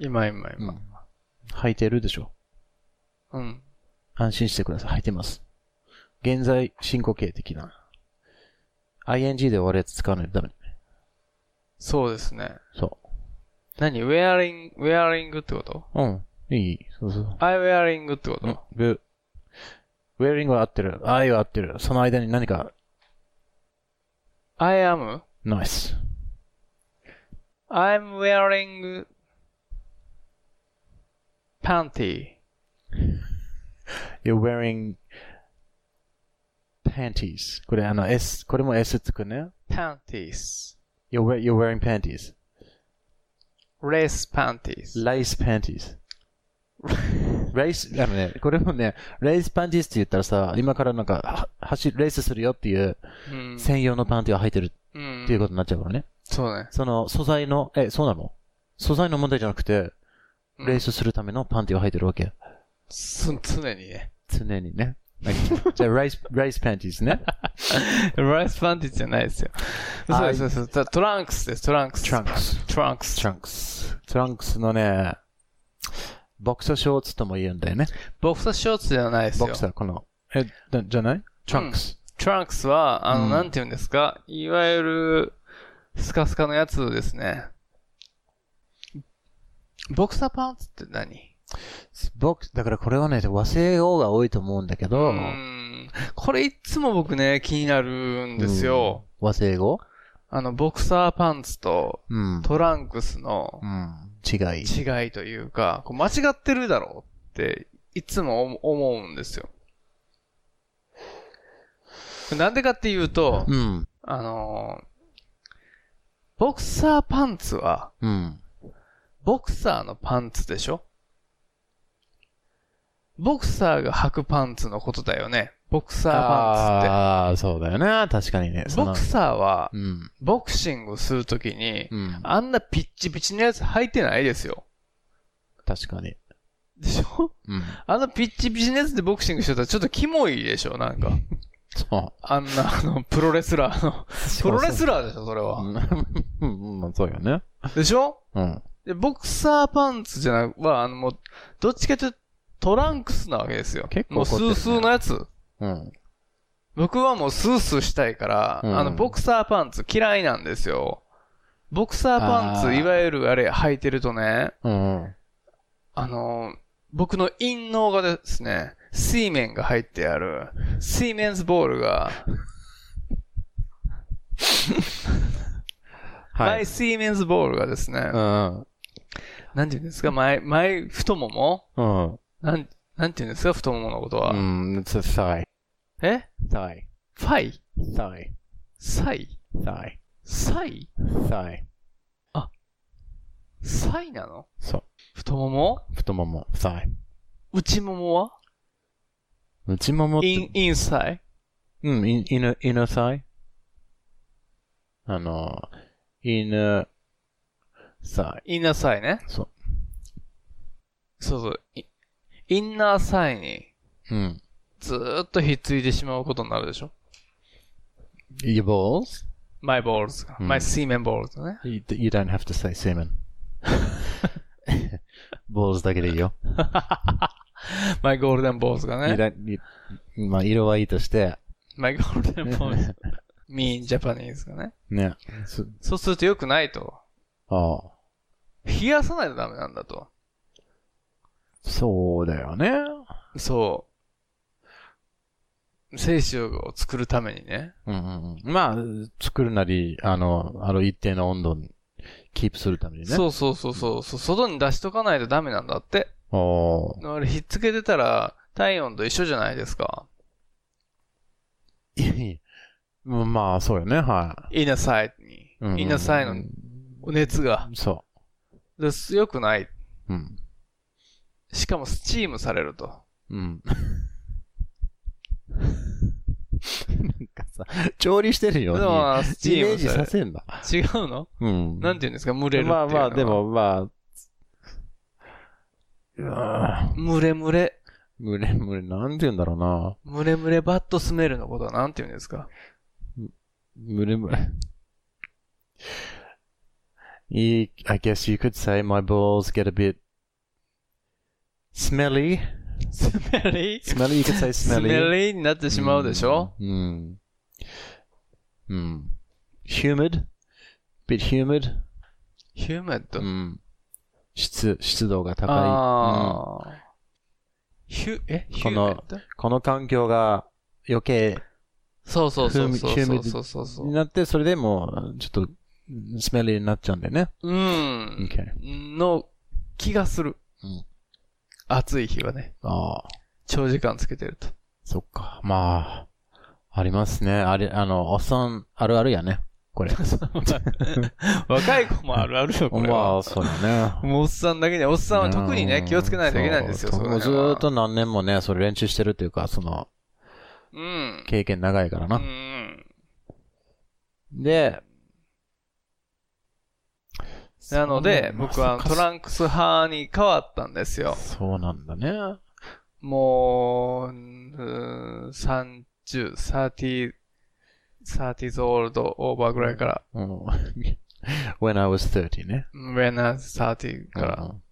[SPEAKER 1] 今今今。
[SPEAKER 2] ん。履いてるでしょ
[SPEAKER 1] うん。
[SPEAKER 2] 安心してください。履いてます。現在進行形的な。 ing で終わるやつ使わないとダメ。
[SPEAKER 1] そうですね。
[SPEAKER 2] そ
[SPEAKER 1] 何 ?wearing, wearing ってこと
[SPEAKER 2] う。うん。いいいい。そうそう。
[SPEAKER 1] ?I wearing ってこと、
[SPEAKER 2] うん。グー。ウェアリングは合ってる。愛は合ってる。その間に何か、
[SPEAKER 1] ?I am?
[SPEAKER 2] ナイス。
[SPEAKER 1] I'm wearing panty.
[SPEAKER 2] You're wearing panties. これあの S、これも S つくね。
[SPEAKER 1] panties.
[SPEAKER 2] You're, we- you're wearing panties.
[SPEAKER 1] Lace panties.
[SPEAKER 2] Lace panties. *laughs* Race、あのね、これもね、レースパンティスって言ったらさ、今からなんか、は走、レースするよっていう
[SPEAKER 1] うん。
[SPEAKER 2] 専用のパンティを履いてる
[SPEAKER 1] う。
[SPEAKER 2] っていうんことになっちゃうからね。
[SPEAKER 1] そうね。
[SPEAKER 2] その素材の、え、そうなの素材の問題じゃなくて、
[SPEAKER 1] うん
[SPEAKER 2] レースするためのパンティを履いてるわけ。
[SPEAKER 1] す常にね。
[SPEAKER 2] 常にね。じゃあ、ライス、 *laughs* ライスパンティーね。
[SPEAKER 1] Lace panties じゃないですよ。そうですそうです。トトランクスです、トランクス。
[SPEAKER 2] トランクス。
[SPEAKER 1] トランクス。
[SPEAKER 2] トランクス。トランクスのね、ボクサーショーツとも言うんだよね。
[SPEAKER 1] ボクサーショーツではないです
[SPEAKER 2] ボ
[SPEAKER 1] よ
[SPEAKER 2] ク。サー、この、え、なじゃないトランクス。
[SPEAKER 1] トランクスは、あの、
[SPEAKER 2] うん
[SPEAKER 1] なんて言うんですかいわゆる、スカスカのやつですね。ボクサーパンツって何
[SPEAKER 2] ボク、だからこれはね、和製用が多いと思うんだけ
[SPEAKER 1] う
[SPEAKER 2] ど、
[SPEAKER 1] ん。これいつも僕ね、気になるんですよ。
[SPEAKER 2] 和製語
[SPEAKER 1] あの、ボクサーパンツと
[SPEAKER 2] うん。
[SPEAKER 1] トランクスの
[SPEAKER 2] うん。違い。
[SPEAKER 1] 違いというか、こう間違ってるだろうって、いつも思思うんですよ。なんでかっていうと、
[SPEAKER 2] うん。
[SPEAKER 1] あのーボクサーパンツは、
[SPEAKER 2] うん。
[SPEAKER 1] ボクサーのパンツでしょボクサーが履くパンツのことだよね。ボクサーパン
[SPEAKER 2] ああ、そうだよね。確かに
[SPEAKER 1] ツ。っ
[SPEAKER 2] ね
[SPEAKER 1] て。
[SPEAKER 2] そ
[SPEAKER 1] ボ
[SPEAKER 2] の
[SPEAKER 1] クサーは、
[SPEAKER 2] うん。
[SPEAKER 1] ボクシングするときに、
[SPEAKER 2] うん。
[SPEAKER 1] あんなピッチピチのやつ履いてないですよ。
[SPEAKER 2] 確かに。
[SPEAKER 1] でしょ
[SPEAKER 2] うん。
[SPEAKER 1] あのピッチピチのやつでボクシングしてたらちょっとキモいでしょなんか。
[SPEAKER 2] そう。
[SPEAKER 1] あんな、あの、プロレスラーの。プロレスラーでしょそれは。
[SPEAKER 2] うん *laughs* うんまあそうよね。
[SPEAKER 1] でしょ
[SPEAKER 2] うん。
[SPEAKER 1] で、ボクサーパンツじゃなく、は、あの、もう、どっちかというとトランクスなわけですよ。
[SPEAKER 2] 結構
[SPEAKER 1] もう
[SPEAKER 2] 怒
[SPEAKER 1] ス
[SPEAKER 2] ってるね
[SPEAKER 1] ースーのやつ。
[SPEAKER 2] うん。
[SPEAKER 1] 僕はもうスースーしたいから、
[SPEAKER 2] うん
[SPEAKER 1] あの、ボクサーパンツ嫌いなんですよ。ボクサーパン
[SPEAKER 2] あ
[SPEAKER 1] ツ、
[SPEAKER 2] ー
[SPEAKER 1] いわゆるあれ、履いてるとね、
[SPEAKER 2] うん。
[SPEAKER 1] あの、僕の陰嚢がですね、水面が入ってある、水面ズボールが、マ
[SPEAKER 2] は
[SPEAKER 1] イ
[SPEAKER 2] い。
[SPEAKER 1] 水面ズボールがですね、
[SPEAKER 2] うん。
[SPEAKER 1] なんて言うんですか、前、前、太もも
[SPEAKER 2] うん。
[SPEAKER 1] なん、なんて言うんですか、太もものことは。
[SPEAKER 2] うん。It's a thigh.
[SPEAKER 1] え
[SPEAKER 2] Thigh.
[SPEAKER 1] ファイ
[SPEAKER 2] Thigh.
[SPEAKER 1] サイ
[SPEAKER 2] Thigh.
[SPEAKER 1] サイ
[SPEAKER 2] Thigh.
[SPEAKER 1] サイなの
[SPEAKER 2] そう。
[SPEAKER 1] 太もも
[SPEAKER 2] 太もも。thigh。
[SPEAKER 1] 内ももは
[SPEAKER 2] 内ももっ
[SPEAKER 1] イン
[SPEAKER 2] て、、
[SPEAKER 1] インサイ
[SPEAKER 2] うん、イン、イン、イン、thigh? あの、イン、thigh.
[SPEAKER 1] インナーサイね。
[SPEAKER 2] そう。
[SPEAKER 1] そうそう。イインナーサイに
[SPEAKER 2] うん。
[SPEAKER 1] ずーっとひっついてしまうことになるでしょ
[SPEAKER 2] Your balls?
[SPEAKER 1] ?my balls が。
[SPEAKER 2] うん
[SPEAKER 1] my semen balls ね。
[SPEAKER 2] You, you don't have to say semen. balls だけでいいよ。
[SPEAKER 1] my golden balls が
[SPEAKER 2] You
[SPEAKER 1] ね。
[SPEAKER 2] don't, you, まあ、色はいいとして、
[SPEAKER 1] my golden balls。mean
[SPEAKER 2] *laughs*
[SPEAKER 1] Japanese がね。
[SPEAKER 2] ね。す
[SPEAKER 1] そうすると良くないと。
[SPEAKER 2] ああ。
[SPEAKER 1] 冷やさないとダメなんだと。
[SPEAKER 2] そうだよね。
[SPEAKER 1] そう。精子を作るためにね。
[SPEAKER 2] うんうんうん。まあ、作るなり、あの、あの一定の温度にキープするためにね。
[SPEAKER 1] そうそうそうそうそう。外に出しとかないとダメなんだって。
[SPEAKER 2] う。お
[SPEAKER 1] あれ、ひっつけてたら、体温と一緒じゃないですか。
[SPEAKER 2] ーまあ、そうよね、は
[SPEAKER 1] インナーサイに。
[SPEAKER 2] い。うんうん
[SPEAKER 1] インナーサイの熱が。
[SPEAKER 2] そ
[SPEAKER 1] で良くない。
[SPEAKER 2] う。うん。
[SPEAKER 1] しかもスチームされると。
[SPEAKER 2] うん。なんかさ、調理してるよ
[SPEAKER 1] で
[SPEAKER 2] う
[SPEAKER 1] も
[SPEAKER 2] に、
[SPEAKER 1] まあ、スチ
[SPEAKER 2] イメ
[SPEAKER 1] ー
[SPEAKER 2] ー
[SPEAKER 1] ム
[SPEAKER 2] ジ
[SPEAKER 1] さ
[SPEAKER 2] さ
[SPEAKER 1] れる。
[SPEAKER 2] せんだ。
[SPEAKER 1] 違うの
[SPEAKER 2] うん。
[SPEAKER 1] なんて言うんですか蒸れるっていうのは
[SPEAKER 2] まあまあ、で。もまあ、
[SPEAKER 1] 蒸れ蒸れ。
[SPEAKER 2] むれむれ、なんて言うんだろうな。
[SPEAKER 1] 蒸れ蒸れバッドスメルのことはなんて言うんですか
[SPEAKER 2] むれむれ。いい I guess you could say my balls get a bit smelly.
[SPEAKER 1] スメリー
[SPEAKER 2] Smelly, you could say
[SPEAKER 1] スメ
[SPEAKER 2] smelly.
[SPEAKER 1] リーになってしまうでしょ、
[SPEAKER 2] うん。 Mm. Humid. Bit humid.
[SPEAKER 1] humid.
[SPEAKER 2] うん。湿、湿度が高い。うん
[SPEAKER 1] ああ。ヒュ、え、
[SPEAKER 2] この
[SPEAKER 1] humid？
[SPEAKER 2] この環境が余計
[SPEAKER 1] そうそうそうそう
[SPEAKER 2] humid-
[SPEAKER 1] そうそうそ
[SPEAKER 2] に
[SPEAKER 1] う。
[SPEAKER 2] なって、それでもう、ちょっと、スメリーになっちゃうんだよね。
[SPEAKER 1] うん。
[SPEAKER 2] Okay.
[SPEAKER 1] の気がする。
[SPEAKER 2] うん
[SPEAKER 1] 暑い日はね、
[SPEAKER 2] ああ、
[SPEAKER 1] 長時間つけて
[SPEAKER 2] *laughs*
[SPEAKER 1] ると。
[SPEAKER 2] そっか。まあ、ありますね。あれ、あの、おっさん、あるあるやね。
[SPEAKER 1] *laughs*
[SPEAKER 2] これ。
[SPEAKER 1] 若い子もあるあるよ、これ
[SPEAKER 2] ま
[SPEAKER 1] は。
[SPEAKER 2] あ、そうだね。
[SPEAKER 1] もうおっさんだけに、おっさんは特に
[SPEAKER 2] う
[SPEAKER 1] ね
[SPEAKER 2] ん、
[SPEAKER 1] 気をつけないといけないんですよ、
[SPEAKER 2] そう
[SPEAKER 1] それ
[SPEAKER 2] も
[SPEAKER 1] は
[SPEAKER 2] うずーっ。と何年もね、それ練習してるというか、その、
[SPEAKER 1] うん。
[SPEAKER 2] 経験長いから
[SPEAKER 1] う
[SPEAKER 2] な。
[SPEAKER 1] ん。
[SPEAKER 2] で、
[SPEAKER 1] なので、僕はトラ
[SPEAKER 2] ン
[SPEAKER 1] ンクス派に変わったんですよ。
[SPEAKER 2] そうなんだね。
[SPEAKER 1] もう、うーん30、30、30s old over ぐらいから、
[SPEAKER 2] うん *laughs* When I was 30ね。
[SPEAKER 1] when I was 30から。
[SPEAKER 2] うん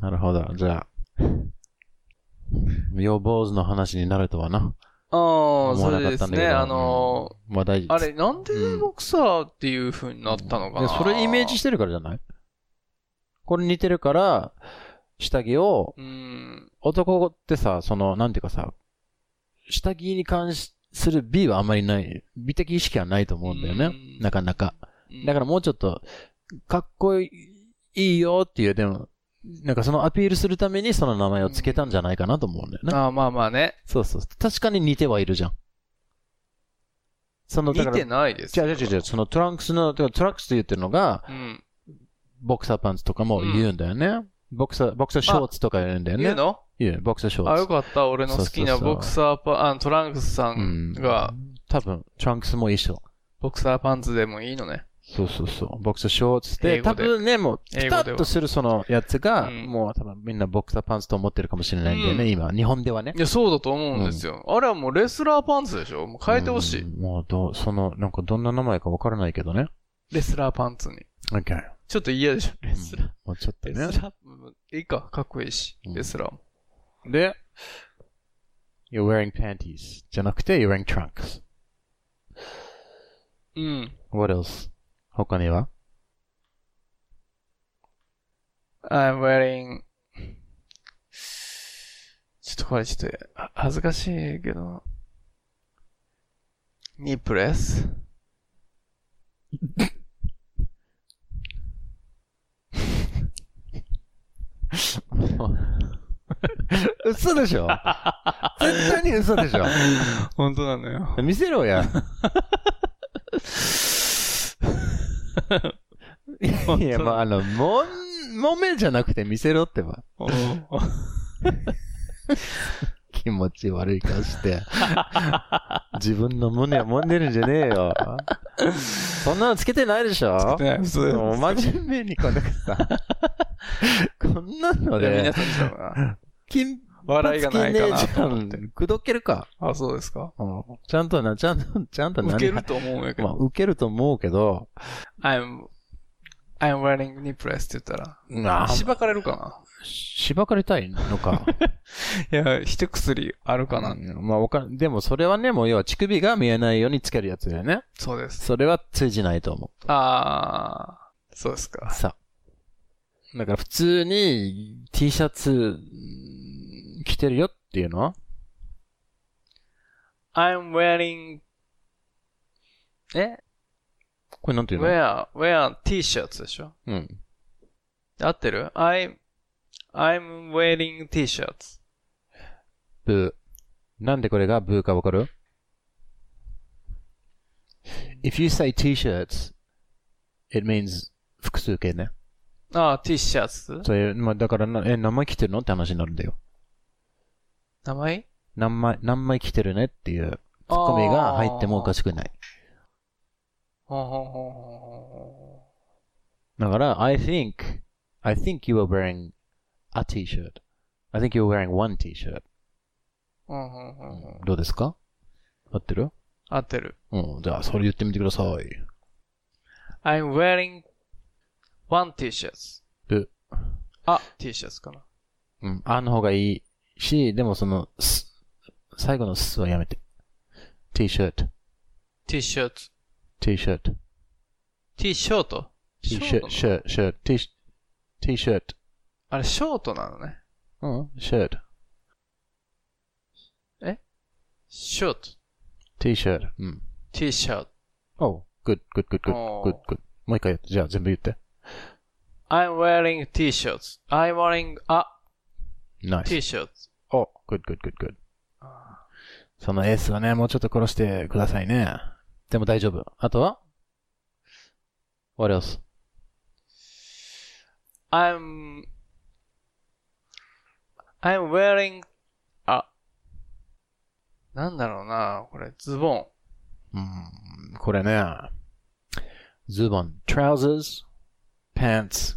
[SPEAKER 2] なるほど。じゃあ、予防図の話になるとはな。
[SPEAKER 1] ああ、
[SPEAKER 2] 思
[SPEAKER 1] そ
[SPEAKER 2] わな
[SPEAKER 1] れ
[SPEAKER 2] か
[SPEAKER 1] でで
[SPEAKER 2] った
[SPEAKER 1] す
[SPEAKER 2] んだけ
[SPEAKER 1] ね、
[SPEAKER 2] ど。
[SPEAKER 1] あの
[SPEAKER 2] うん、まあ大事
[SPEAKER 1] ー、あれ、なんでボクサーっていう風になったのか
[SPEAKER 2] で
[SPEAKER 1] な
[SPEAKER 2] それイメージしてるからじゃないこれ似てるから、下着を、
[SPEAKER 1] うん。
[SPEAKER 2] 男ってさ、その、なんていうかさ、下着に関しする美はあんまりない、美的意識はないと思うんだよ
[SPEAKER 1] う
[SPEAKER 2] ね。
[SPEAKER 1] ん、
[SPEAKER 2] なかなか。だかららもうちょっと、かっこいいよっていう、でも、なんかそのアピールするためにその名前を付けたんじゃないかなと思うんだよね。
[SPEAKER 1] ああ、まあまあね。
[SPEAKER 2] そうそう。確かに似てはいるじゃん。その、
[SPEAKER 1] 見
[SPEAKER 2] だから、
[SPEAKER 1] てないです
[SPEAKER 2] 違う
[SPEAKER 1] よ。
[SPEAKER 2] 違う違う、そのトランクスの、てかトランクスって言ってるのが、
[SPEAKER 1] うん。
[SPEAKER 2] ボクサーパンツとかも言うんだよね。ボクサー、ボクサーショーツとか言うんだよね。
[SPEAKER 1] 言うの
[SPEAKER 2] 言うボクサーショーツ。
[SPEAKER 1] あ、よかった。俺の好きな
[SPEAKER 2] そうそうそう
[SPEAKER 1] ボクサーパ、あのトランクスさんが、
[SPEAKER 2] 多分、トランクスも一緒。
[SPEAKER 1] ボクサーパンツでもいいのね。
[SPEAKER 2] そうそうそう。ボクサーショーツで、
[SPEAKER 1] 英
[SPEAKER 2] 多
[SPEAKER 1] 語で
[SPEAKER 2] 分ね、もう、ピ
[SPEAKER 1] 英
[SPEAKER 2] タ
[SPEAKER 1] 語では
[SPEAKER 2] ッとするそのやつが、
[SPEAKER 1] うん
[SPEAKER 2] もう多分みんなボクサーパンツと思ってるかもしれないんだよね、
[SPEAKER 1] うん
[SPEAKER 2] 今。日本ではね
[SPEAKER 1] い。や、そうだと思うんですよ。あれはもうレスラーパンツでしょもう変えてほしい。
[SPEAKER 2] うんもう、どう、その、なんかどんな名前かわからないけ
[SPEAKER 1] *laughs*
[SPEAKER 2] どね。
[SPEAKER 1] レスラーパンツに。
[SPEAKER 2] OK。
[SPEAKER 1] ちょっと嫌でしょレスラー。
[SPEAKER 2] もうちょっと
[SPEAKER 1] レ
[SPEAKER 2] ね
[SPEAKER 1] ス。ラー、いいか、かっこいいし。
[SPEAKER 2] うん
[SPEAKER 1] レスラーも。
[SPEAKER 2] で、You're wearing panties じゃなくて You're wearing trunks.
[SPEAKER 1] うん。
[SPEAKER 2] What else? 他には
[SPEAKER 1] I'm wearing... ちょっとこれちょっと、あ恥ずかしいけど。ニップレス
[SPEAKER 2] 嘘でしょ絶対に嘘でしょ
[SPEAKER 1] 本当なのよ。
[SPEAKER 2] 見せろや。いや、まあ、あの、もん、もめじゃなくて見せろってば。気持ち悪い顔して。自分の胸を揉んでるんじゃねえよ。そんなのつけてないでし *laughs* ょ
[SPEAKER 1] けてない嘘です *laughs*
[SPEAKER 2] もう真面目にこんなさ。こんなの
[SPEAKER 1] で
[SPEAKER 2] で
[SPEAKER 1] 皆、さんちょっとな
[SPEAKER 2] 金
[SPEAKER 1] 笑いがないかなと思って。
[SPEAKER 2] くどけるか。
[SPEAKER 1] あ、そうですか
[SPEAKER 2] ちゃんとな、ちゃんと、 *laughs* ちゃんと
[SPEAKER 1] 受
[SPEAKER 2] 何
[SPEAKER 1] けると思うんやけ
[SPEAKER 2] まあ、
[SPEAKER 1] ど。
[SPEAKER 2] 受けると思うけど、
[SPEAKER 1] I'm, I'm wearing nipples って言ったら。
[SPEAKER 2] な
[SPEAKER 1] しばかれるか
[SPEAKER 2] しばかれたい
[SPEAKER 1] *laughs*
[SPEAKER 2] のか。
[SPEAKER 1] ないや、一薬あるかな、
[SPEAKER 2] うんまあ、わかんでもそれはね、もう要は乳首が見えないようにつけるやつだよね。
[SPEAKER 1] そうです。
[SPEAKER 2] それは通じないと思
[SPEAKER 1] あー、そうです
[SPEAKER 2] う。
[SPEAKER 1] か。
[SPEAKER 2] さあ。だから普通に T シャツうん着てるよっていうのは
[SPEAKER 1] I'm wearing, え
[SPEAKER 2] これなんていうの
[SPEAKER 1] ?wear, wear t-shirts でしょ
[SPEAKER 2] うん。
[SPEAKER 1] 合ってる ?I'm, I'm wearing t-shirts.
[SPEAKER 2] ブー。なんでこれがブーかわかる ?If you say t-shirts, it means 複数形ね。
[SPEAKER 1] あー、t-shirts?
[SPEAKER 2] そういう、まあだからな、え、何枚着てるのって話になるんだよ。
[SPEAKER 1] 名前
[SPEAKER 2] 何枚、何枚着てるねっていう、ツッコミが入ってもおかしくない。
[SPEAKER 1] ほんほんほんほんほ
[SPEAKER 2] だから、I think, I think you are wearing a t-shirt. I think you are wearing one t-shirt.
[SPEAKER 1] んほんほんほんほん
[SPEAKER 2] どうですか合ってる
[SPEAKER 1] 合ってる。
[SPEAKER 2] うん、じゃあ、それ言ってみてください。
[SPEAKER 1] I'm wearing one t-shirts.
[SPEAKER 2] ブ
[SPEAKER 1] あ、t シャツかな。
[SPEAKER 2] うん、あの方がいいし、でもその、す、最後のすはやめて。t-shirt。
[SPEAKER 1] t シャツ。
[SPEAKER 2] T シャツ。
[SPEAKER 1] T ショート。
[SPEAKER 2] T
[SPEAKER 1] シ
[SPEAKER 2] シ
[SPEAKER 1] ョー
[SPEAKER 2] ャ
[SPEAKER 1] ト
[SPEAKER 2] ツ、
[SPEAKER 1] の
[SPEAKER 2] シャツ、シャツ、T シ T シャツ。
[SPEAKER 1] あれ、ショートなのね。
[SPEAKER 2] うん、シャツ。
[SPEAKER 1] ショート。
[SPEAKER 2] T シャツ。うん。
[SPEAKER 1] T シャツ。
[SPEAKER 2] Oh, good, good, good, good,
[SPEAKER 1] おー
[SPEAKER 2] good, good. もう一回やって。じゃあ全部言って。
[SPEAKER 1] I'm wearing T-shirts. I'm wearing a
[SPEAKER 2] Nice.
[SPEAKER 1] T-shirt.
[SPEAKER 2] Oh, good, good, good, good. その S はね、もうちょっと殺してくださいね。でも大丈夫。あとは ?What else?
[SPEAKER 1] I'm, I'm wearing a, なんだろうな、これ、ズボン。
[SPEAKER 2] うーん、これね。ズボン、trousers, pants.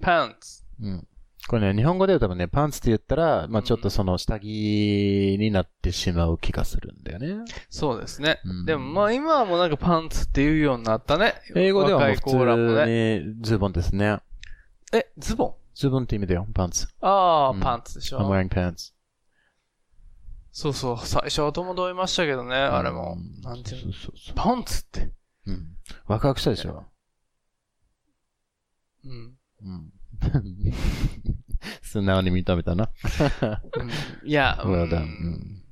[SPEAKER 1] パンツ。
[SPEAKER 2] うん。これね、日本語で言うと多分ね、パンツって言ったら、まあちょっとその下着になってしまう気がするんだよね。
[SPEAKER 1] そうですね。
[SPEAKER 2] うん
[SPEAKER 1] でも、まあ今はもうなんかパンツって言うようになったね。
[SPEAKER 2] 英語ではもう
[SPEAKER 1] 若い子らも
[SPEAKER 2] 普
[SPEAKER 1] ね。
[SPEAKER 2] 通にズボンですね。
[SPEAKER 1] え、ズボン
[SPEAKER 2] ズボンって意味だよ、パンツ。
[SPEAKER 1] ああ、
[SPEAKER 2] うん
[SPEAKER 1] パンツでし
[SPEAKER 2] I'm
[SPEAKER 1] ょ。
[SPEAKER 2] wearing pants.
[SPEAKER 1] そうそう、最初は戸惑いましたけどね、あれも。なんていう
[SPEAKER 2] そ
[SPEAKER 1] の
[SPEAKER 2] うそうそう。
[SPEAKER 1] パンツって。
[SPEAKER 2] うん。ワクワクしたでしょ。
[SPEAKER 1] うん。
[SPEAKER 2] うん。素直に認めたな。
[SPEAKER 1] うんいや、う
[SPEAKER 2] well done. うんん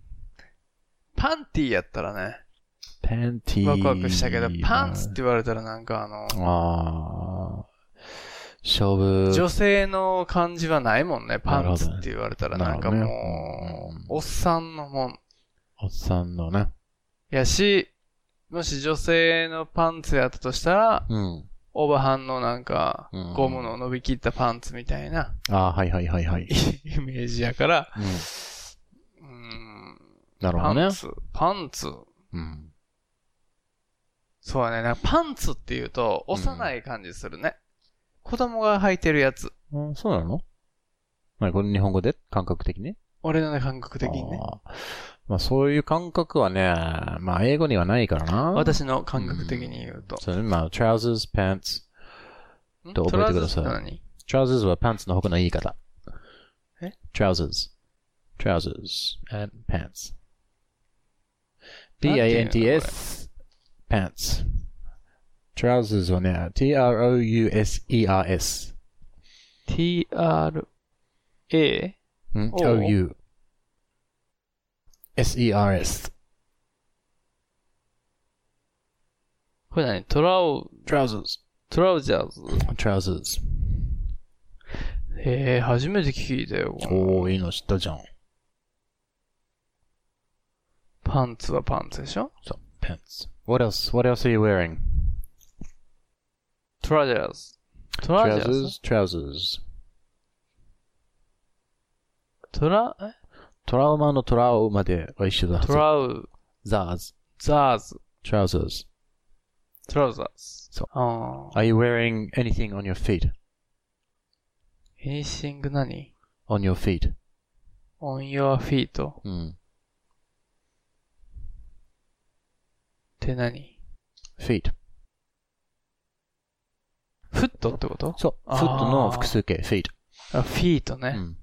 [SPEAKER 1] パンティーやったらね、
[SPEAKER 2] パンティー。
[SPEAKER 1] ワクワクしたけど、パンツって言われたらなんかあの、
[SPEAKER 2] ああ。勝負。
[SPEAKER 1] 女性の感じはないもんね。パンツ
[SPEAKER 2] なるほどね
[SPEAKER 1] って言われたらなんか
[SPEAKER 2] な
[SPEAKER 1] も
[SPEAKER 2] るほどね
[SPEAKER 1] う、おっさんのもん。
[SPEAKER 2] おっさんのね。
[SPEAKER 1] やし、もし女性のパンツやったとしたら、
[SPEAKER 2] うん。
[SPEAKER 1] オーバーハンのなんか
[SPEAKER 2] うん、
[SPEAKER 1] ゴムの伸びきったパンツみたいな *laughs*
[SPEAKER 2] ああ、はいはいはいはい。
[SPEAKER 1] イメージやから、
[SPEAKER 2] うん
[SPEAKER 1] うーん、
[SPEAKER 2] なる
[SPEAKER 1] パ
[SPEAKER 2] ほど
[SPEAKER 1] ン
[SPEAKER 2] ね。
[SPEAKER 1] ツ、パンツ。
[SPEAKER 2] うん。
[SPEAKER 1] そうだね。なんかパンツって言うと、幼い感じするね。子供が履いてるやつ。
[SPEAKER 2] あそうなのまあ、これ日本語で感覚的に
[SPEAKER 1] 俺のね、感覚的にね。
[SPEAKER 2] あーまあ、そういう感覚はね、まあ、英語にはないからな。
[SPEAKER 1] 私の感覚的に言うと。
[SPEAKER 2] そうね、まあ、trousers, pants.
[SPEAKER 1] ん
[SPEAKER 2] と覚えてください
[SPEAKER 1] トラウザーって
[SPEAKER 2] trousers はパンツの他の言い方。Eh?
[SPEAKER 1] え
[SPEAKER 2] ?trousers. trousers and pants.
[SPEAKER 1] なんていうの
[SPEAKER 2] p-a-n-t-s pants. trousers はね、t-r-o-u-s-e-r-s. E
[SPEAKER 1] 何 ?tra,
[SPEAKER 2] うん
[SPEAKER 1] おう
[SPEAKER 2] o-u. E s-e-r-s.
[SPEAKER 1] これ何トラウ、
[SPEAKER 2] trousers.
[SPEAKER 1] トラウジャーズ。
[SPEAKER 2] trousers.
[SPEAKER 1] へえ、初めて聞いたよ。この
[SPEAKER 2] おー、いいの知ったじゃん。
[SPEAKER 1] パンツはパンツでしょ
[SPEAKER 2] So, pants. What else? What else are you wearing?
[SPEAKER 1] トラジャーズ。トラジャーズ
[SPEAKER 2] trousers, trousers.
[SPEAKER 1] トラ、え
[SPEAKER 2] トラウマのトラウマでは一緒だはず。
[SPEAKER 1] トラウ
[SPEAKER 2] ザーズ。
[SPEAKER 1] ザーズ。
[SPEAKER 2] trousers.
[SPEAKER 1] トラウザーズ。
[SPEAKER 2] そう
[SPEAKER 1] ああ。
[SPEAKER 2] Are you wearing anything on your feet?
[SPEAKER 1] フィニッシング何
[SPEAKER 2] On your feet. Hmm.
[SPEAKER 1] ?on your feet っ
[SPEAKER 2] うん。
[SPEAKER 1] て何
[SPEAKER 2] feet.
[SPEAKER 1] フットってこと
[SPEAKER 2] そう。
[SPEAKER 1] あー
[SPEAKER 2] foot の複数形、feet. Hmm.
[SPEAKER 1] あ、フィートね。
[SPEAKER 2] うん。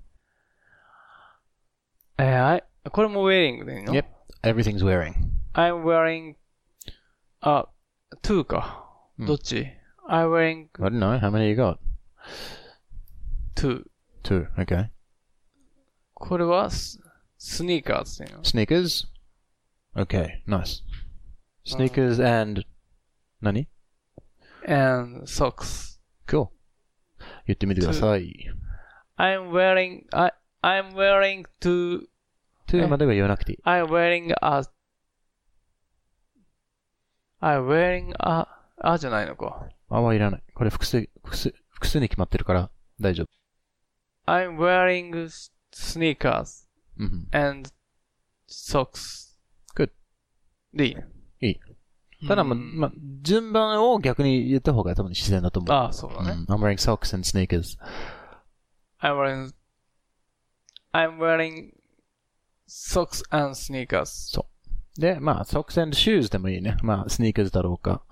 [SPEAKER 1] えー、I- これもウェーリングでいいの
[SPEAKER 2] Yep. Everything's wearing.
[SPEAKER 1] I'm wearing, あ、two か。
[SPEAKER 2] うん
[SPEAKER 1] どっち ?I'm wearing
[SPEAKER 2] I don't know. How many you got?
[SPEAKER 1] two.
[SPEAKER 2] Two. Okay.
[SPEAKER 1] これはス、スニーカーズっていうの
[SPEAKER 2] Sneakers? Okay. Nice. Sneakers and 何
[SPEAKER 1] and socks.
[SPEAKER 2] Cool. 言ってみてください。
[SPEAKER 1] I'm wearing, I, I'm wearing two,
[SPEAKER 2] two までは言わなくていい。
[SPEAKER 1] I'm wearing a, I'm wearing a, あじゃないのか。
[SPEAKER 2] あはいらない。これ複数、複数、複数に決まってるから大丈
[SPEAKER 1] I'm wearing sneakers
[SPEAKER 2] 夫。うん。
[SPEAKER 1] and socks.
[SPEAKER 2] Mm-hmm. Good.
[SPEAKER 1] でいいね
[SPEAKER 2] いい。ただま、
[SPEAKER 1] うん
[SPEAKER 2] ま、順番を逆に言った方が多分自然だと思う。
[SPEAKER 1] ああ、そうだね。
[SPEAKER 2] うん I'm wearing socks and sneakers.
[SPEAKER 1] I'm wearing I'm wearing socks and sneakers.
[SPEAKER 2] で、まあ、socks and shoes でもいいね。まあ、sneakers だろうか、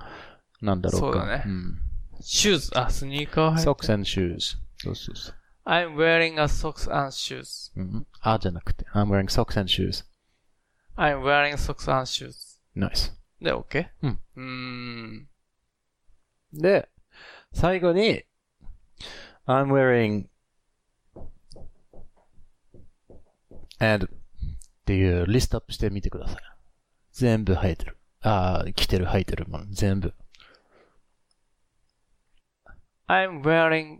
[SPEAKER 2] なんだろうか。
[SPEAKER 1] そうだね
[SPEAKER 2] ん
[SPEAKER 1] shoes あ、スニーカーはい。
[SPEAKER 2] socks and shoes. そうそうそう。
[SPEAKER 1] I'm wearing a socks and shoes.
[SPEAKER 2] うん、あじゃなくて、I'm wearing socks and shoes.
[SPEAKER 1] I'm wearing socks and shoes. Hmm.
[SPEAKER 2] Nice.
[SPEAKER 1] で、OK?
[SPEAKER 2] うん。
[SPEAKER 1] うーん。
[SPEAKER 2] で、最後に、I'm wearing and っていうリストアップしてみてください。全部入ってる。ああ、着てる、履いてるもの、全部。
[SPEAKER 1] I'm wearing,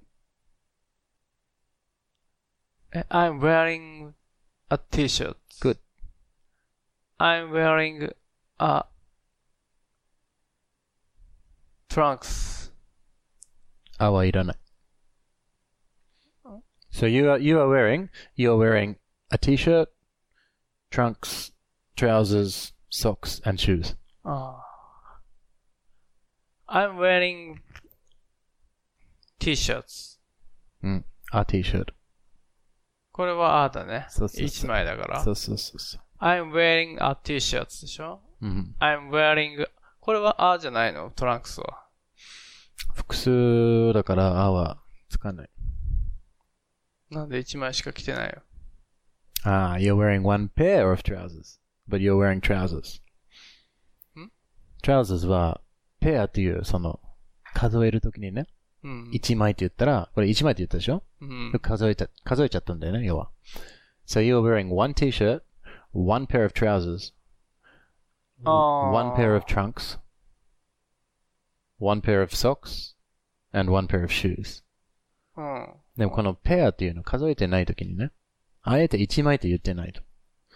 [SPEAKER 1] え I'm wearing a t-shirt.
[SPEAKER 2] Good.
[SPEAKER 1] I'm wearing a trunks.
[SPEAKER 2] あはいらない。So you are, you are wearing, you are wearing a t-shirt, trunks, trousers, socks, and shoes.
[SPEAKER 1] ああ I'm wearing t-shirts.
[SPEAKER 2] うん。あ、t-shirt。Mm.
[SPEAKER 1] これはあだね。
[SPEAKER 2] そうそうそう
[SPEAKER 1] 一枚だから
[SPEAKER 2] そ。うそうそうそ
[SPEAKER 1] I'm wearing a t-shirt でしょ
[SPEAKER 2] う。うん。
[SPEAKER 1] ?I'm wearing これはあじゃないのトランクスは。
[SPEAKER 2] 複数だから、あはつかない。
[SPEAKER 1] なんで一枚しか着てないよ。
[SPEAKER 2] Ah, you're wearing one pair of trousers, but you're wearing trousers.
[SPEAKER 1] ん
[SPEAKER 2] trousers は、ペアっていう、その、数えるときにね、
[SPEAKER 1] うん。
[SPEAKER 2] 1枚って言ったら、これ1枚って言ったでしょ、
[SPEAKER 1] うん。
[SPEAKER 2] 数えた、数えちゃったんだよね、要は。So you're wearing one t-shirt, one pair of trousers,
[SPEAKER 1] ああ
[SPEAKER 2] one pair of trunks, one pair of socks, and one pair of shoes.
[SPEAKER 1] うん。
[SPEAKER 2] でもこのペアっていうの数えてないときにね、あえて1枚って言ってないと。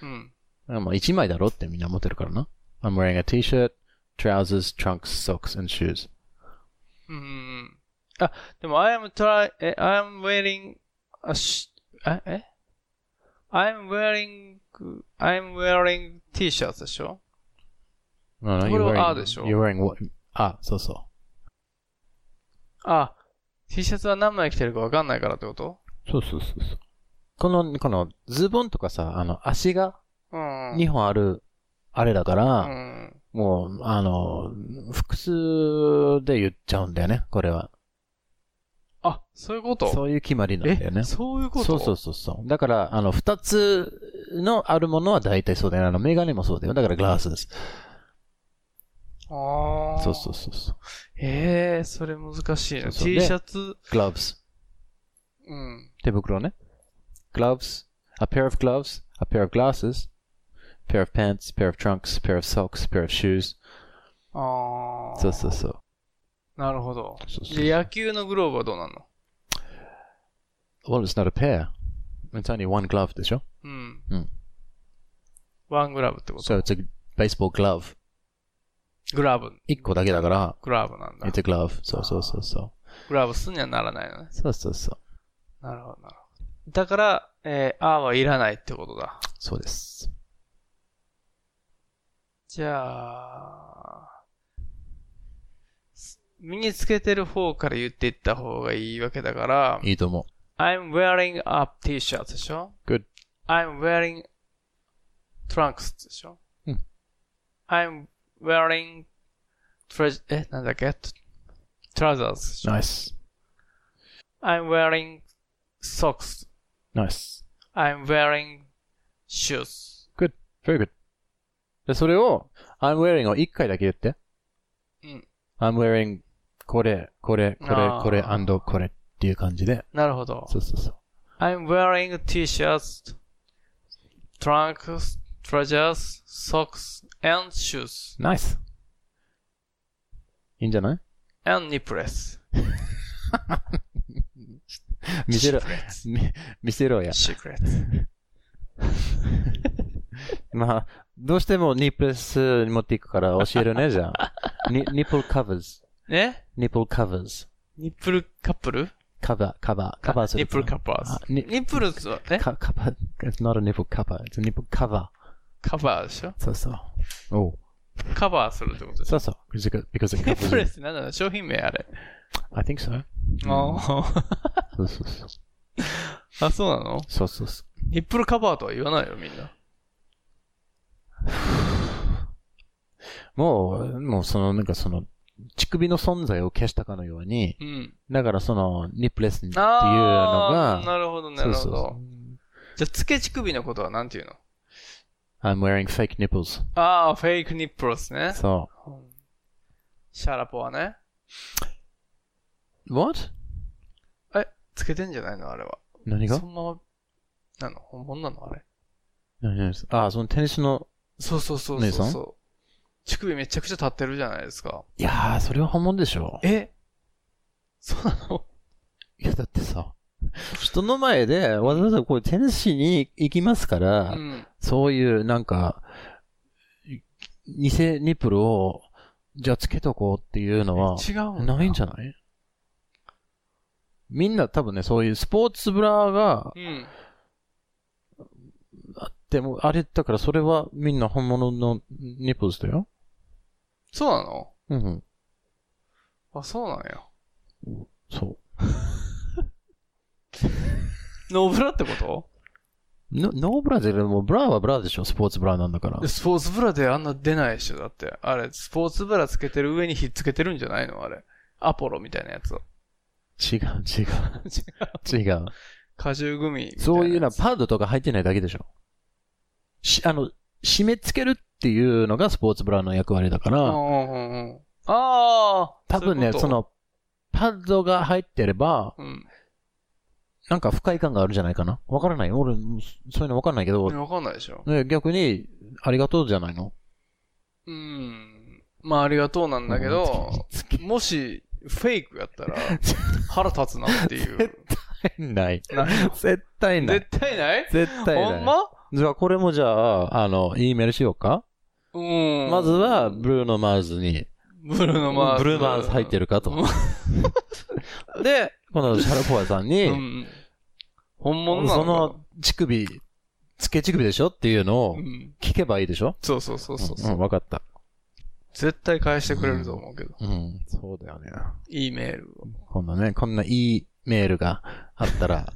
[SPEAKER 1] うん。
[SPEAKER 2] あまあ、一枚だろってみんな思ってるからな。I'm wearing a t-shirt, trousers, trunks, socks, and shoes.
[SPEAKER 1] うん。あ、でも I am try, え、I am wearing a sh, え、え ?I'm wearing, I'm wearing t-shirt でしょ
[SPEAKER 2] No, no,
[SPEAKER 1] これ
[SPEAKER 2] you're
[SPEAKER 1] は
[SPEAKER 2] wearing,
[SPEAKER 1] あでしょ
[SPEAKER 2] you're wearing what? あ、そうそ
[SPEAKER 1] あ、T シャツは何枚着てるかわかんないからってこと
[SPEAKER 2] う。そうそうそうそう。この、この、ズボンとかさ、あの、足が
[SPEAKER 1] うん。
[SPEAKER 2] 2本ある、あれだか
[SPEAKER 1] う
[SPEAKER 2] ら、
[SPEAKER 1] ん。
[SPEAKER 2] もう、あの、複数で言っちゃうんだよね、これは。
[SPEAKER 1] あ、そういうこと
[SPEAKER 2] そういう決まりなんだよね
[SPEAKER 1] え、。そういうこと
[SPEAKER 2] そうそうそうそう。だから、あの、二つのあるものは大体そうだよね。あの、メガネもそうだよ。だからグラスです。
[SPEAKER 1] ああ。
[SPEAKER 2] そうそうそうそう。
[SPEAKER 1] ええー、それ難しい
[SPEAKER 2] そ
[SPEAKER 1] な。
[SPEAKER 2] うそう
[SPEAKER 1] T シャツ、
[SPEAKER 2] gloves.
[SPEAKER 1] うん。
[SPEAKER 2] 手袋ね。gloves, a pair of gloves, a pair of glasses, pair of pants, pair of trunks, pair of socks, pair of shoes.
[SPEAKER 1] ああ。
[SPEAKER 2] そうそうそう。
[SPEAKER 1] なるほど。
[SPEAKER 2] そうそう
[SPEAKER 1] で、野球のグローブはどうなの
[SPEAKER 2] Well, it's not a pair. It's only one glove でしょ
[SPEAKER 1] うん。
[SPEAKER 2] うん。
[SPEAKER 1] ワングラブってこと
[SPEAKER 2] ?So it's a baseball glove.
[SPEAKER 1] グラブ、
[SPEAKER 2] 一個だけだから、
[SPEAKER 1] グラブなんだ
[SPEAKER 2] it's。a glove. そうそうそうそう。
[SPEAKER 1] グラブすんにはならないのね。
[SPEAKER 2] そうそうそう。
[SPEAKER 1] なるほど、なるほど。だから、えー、あーはいらないってことだ。
[SPEAKER 2] そうです。
[SPEAKER 1] じゃあ、身につけてる方から言っていった方がいいわけだから、
[SPEAKER 2] いいと思
[SPEAKER 1] I'm wearing a t-shirt でしょ
[SPEAKER 2] Good.
[SPEAKER 1] ?I'm wearing trunks でしょ
[SPEAKER 2] うん
[SPEAKER 1] ?I'm wearing tre, え、なんだっけ ?trousers でし
[SPEAKER 2] う。
[SPEAKER 1] ょ、
[SPEAKER 2] Nice.
[SPEAKER 1] ?I'm wearing socks.
[SPEAKER 2] Nice.
[SPEAKER 1] I'm wearing shoes.
[SPEAKER 2] Good. Very good. で、それを、I'm wearing を一回だけ言って。
[SPEAKER 1] うん。
[SPEAKER 2] I'm wearing これ、これ、これ
[SPEAKER 1] あ、ー
[SPEAKER 2] これ、and これっていう感じで。
[SPEAKER 1] なるほど。
[SPEAKER 2] そうそうそう。
[SPEAKER 1] I'm wearing t-shirts, trunks, trousers, socks, and shoes,
[SPEAKER 2] ナイス。いいんじゃない
[SPEAKER 1] and nipples.
[SPEAKER 2] 見 *laughs* せろ
[SPEAKER 1] Secrets.
[SPEAKER 2] み見せろや。
[SPEAKER 1] Secrets.
[SPEAKER 2] *laughs* まあ、どうしてもニップレスに持っていくから教えるね、じゃ *laughs* あ。ニニップルカバーズ。
[SPEAKER 1] ね
[SPEAKER 2] ニップルカバーズ。
[SPEAKER 1] ニップルカップル
[SPEAKER 2] カバー、カバー、カバーする。
[SPEAKER 1] ニップルカッパー
[SPEAKER 2] あ
[SPEAKER 1] ズ。
[SPEAKER 2] ニ
[SPEAKER 1] ニップルズはね、
[SPEAKER 2] カカバー、it's not a nipple cover, it's a nipple cover.
[SPEAKER 1] カバーでしょ
[SPEAKER 2] そうそう。おう
[SPEAKER 1] カバーするってことでしょ
[SPEAKER 2] そうそう。because because it
[SPEAKER 1] ニップ
[SPEAKER 2] covers
[SPEAKER 1] ル
[SPEAKER 2] it.
[SPEAKER 1] ズって何なの商品名あれ。
[SPEAKER 2] I think so.
[SPEAKER 1] *laughs* あ
[SPEAKER 2] そうそうそう。
[SPEAKER 1] あ、そうなの
[SPEAKER 2] そうそうそう。
[SPEAKER 1] ニップルカバーとは言わないよ、みんな。
[SPEAKER 2] もう、もうその、なんかその、乳首の存在を消したかのように、
[SPEAKER 1] うん。
[SPEAKER 2] だからその、ニップレスっていうの
[SPEAKER 1] ああ
[SPEAKER 2] が、
[SPEAKER 1] なるほど、なるほ
[SPEAKER 2] そうそうそ
[SPEAKER 1] ど。じゃあ、付け乳首のことは何て言うの
[SPEAKER 2] I'm wearing fake nipples.
[SPEAKER 1] ああ、フェイクニップルズね。
[SPEAKER 2] そ
[SPEAKER 1] シャラポはね。
[SPEAKER 2] What?
[SPEAKER 1] つけてんじゃないのあれは。
[SPEAKER 2] 何が
[SPEAKER 1] そのまま、なの本物なのあれ。
[SPEAKER 2] 何々ですあ、そのテニスの、
[SPEAKER 1] そうそうそう
[SPEAKER 2] 姉
[SPEAKER 1] そ
[SPEAKER 2] さ
[SPEAKER 1] うんそう。乳首めちゃくちゃ立ってるじゃないですか。
[SPEAKER 2] いやー、それは本物でしょ。
[SPEAKER 1] えそうなの
[SPEAKER 2] いや、だってさ、人の前でわざわざこうテニスしに行きますから、
[SPEAKER 1] うん。
[SPEAKER 2] そういうなんか、偽ニップルを、じゃあつけとこうっていうのは、
[SPEAKER 1] 違うんだ
[SPEAKER 2] ないんじゃないみんな多分ね、そういうスポーツブラが
[SPEAKER 1] うん。
[SPEAKER 2] あっても、あれだからそれはみんな本物のニップルだよ。
[SPEAKER 1] そうなの
[SPEAKER 2] うんうん。
[SPEAKER 1] あ、そうなんや。
[SPEAKER 2] そ
[SPEAKER 1] ノーブラってこと
[SPEAKER 2] う。ノノーブラで、もうブラはブラでしょ、スポーツブラなんだから
[SPEAKER 1] で。スポーツブラであんな出ないでしょだって。あれ、スポーツブラつけてる上にひっつけてるんじゃないのあれ。アポロみたいなやつを。 *laughs*
[SPEAKER 2] 違う、違う。違う。
[SPEAKER 1] 果汁グミみたいなやつ。
[SPEAKER 2] そういうのはパッドとか入ってないだけでしょ。し、あの、締め付けるっていうのがスポーツブラの役割だか
[SPEAKER 1] うん
[SPEAKER 2] ら、
[SPEAKER 1] うんうんうん。ああ
[SPEAKER 2] 多分ね、そ。
[SPEAKER 1] ういうこ
[SPEAKER 2] の、パッドが入ってれば、
[SPEAKER 1] とうん。
[SPEAKER 2] なんか不快感があるじゃないかな。わからないよ俺、そういうのわかんないけど、
[SPEAKER 1] わかんないでしょ。
[SPEAKER 2] ね逆に、ありがとうじゃないの。
[SPEAKER 1] うん。まあ、ありがとうなんだけど、もし、フェイクやった
[SPEAKER 2] *laughs*
[SPEAKER 1] ら、腹立つなっていう。
[SPEAKER 2] ない。
[SPEAKER 1] な
[SPEAKER 2] *laughs* 絶対ない。
[SPEAKER 1] 絶対ない
[SPEAKER 2] 絶対
[SPEAKER 1] ほ
[SPEAKER 2] ない。
[SPEAKER 1] んま
[SPEAKER 2] じゃあ、これもじゃあ、あの、E メールしようか。
[SPEAKER 1] うん。
[SPEAKER 2] まずは、、ブルーノ・マーズに、
[SPEAKER 1] ブルーノマーズ。
[SPEAKER 2] ブルーノマーズ入ってるかと。で、このシャラポワさんに、
[SPEAKER 1] うん。本物なの
[SPEAKER 2] そ
[SPEAKER 1] かな
[SPEAKER 2] の乳首、付け乳首でしょっていうのを
[SPEAKER 1] うん。
[SPEAKER 2] 聞けばいいでしょ
[SPEAKER 1] そうそうそうそう。
[SPEAKER 2] んん、わかった。
[SPEAKER 1] 絶対返してくれると思うけど。
[SPEAKER 2] うん、そうだよね。
[SPEAKER 1] いいメールを。
[SPEAKER 2] こんなね、こんないいメールがあっ
[SPEAKER 1] *laughs*
[SPEAKER 2] たら、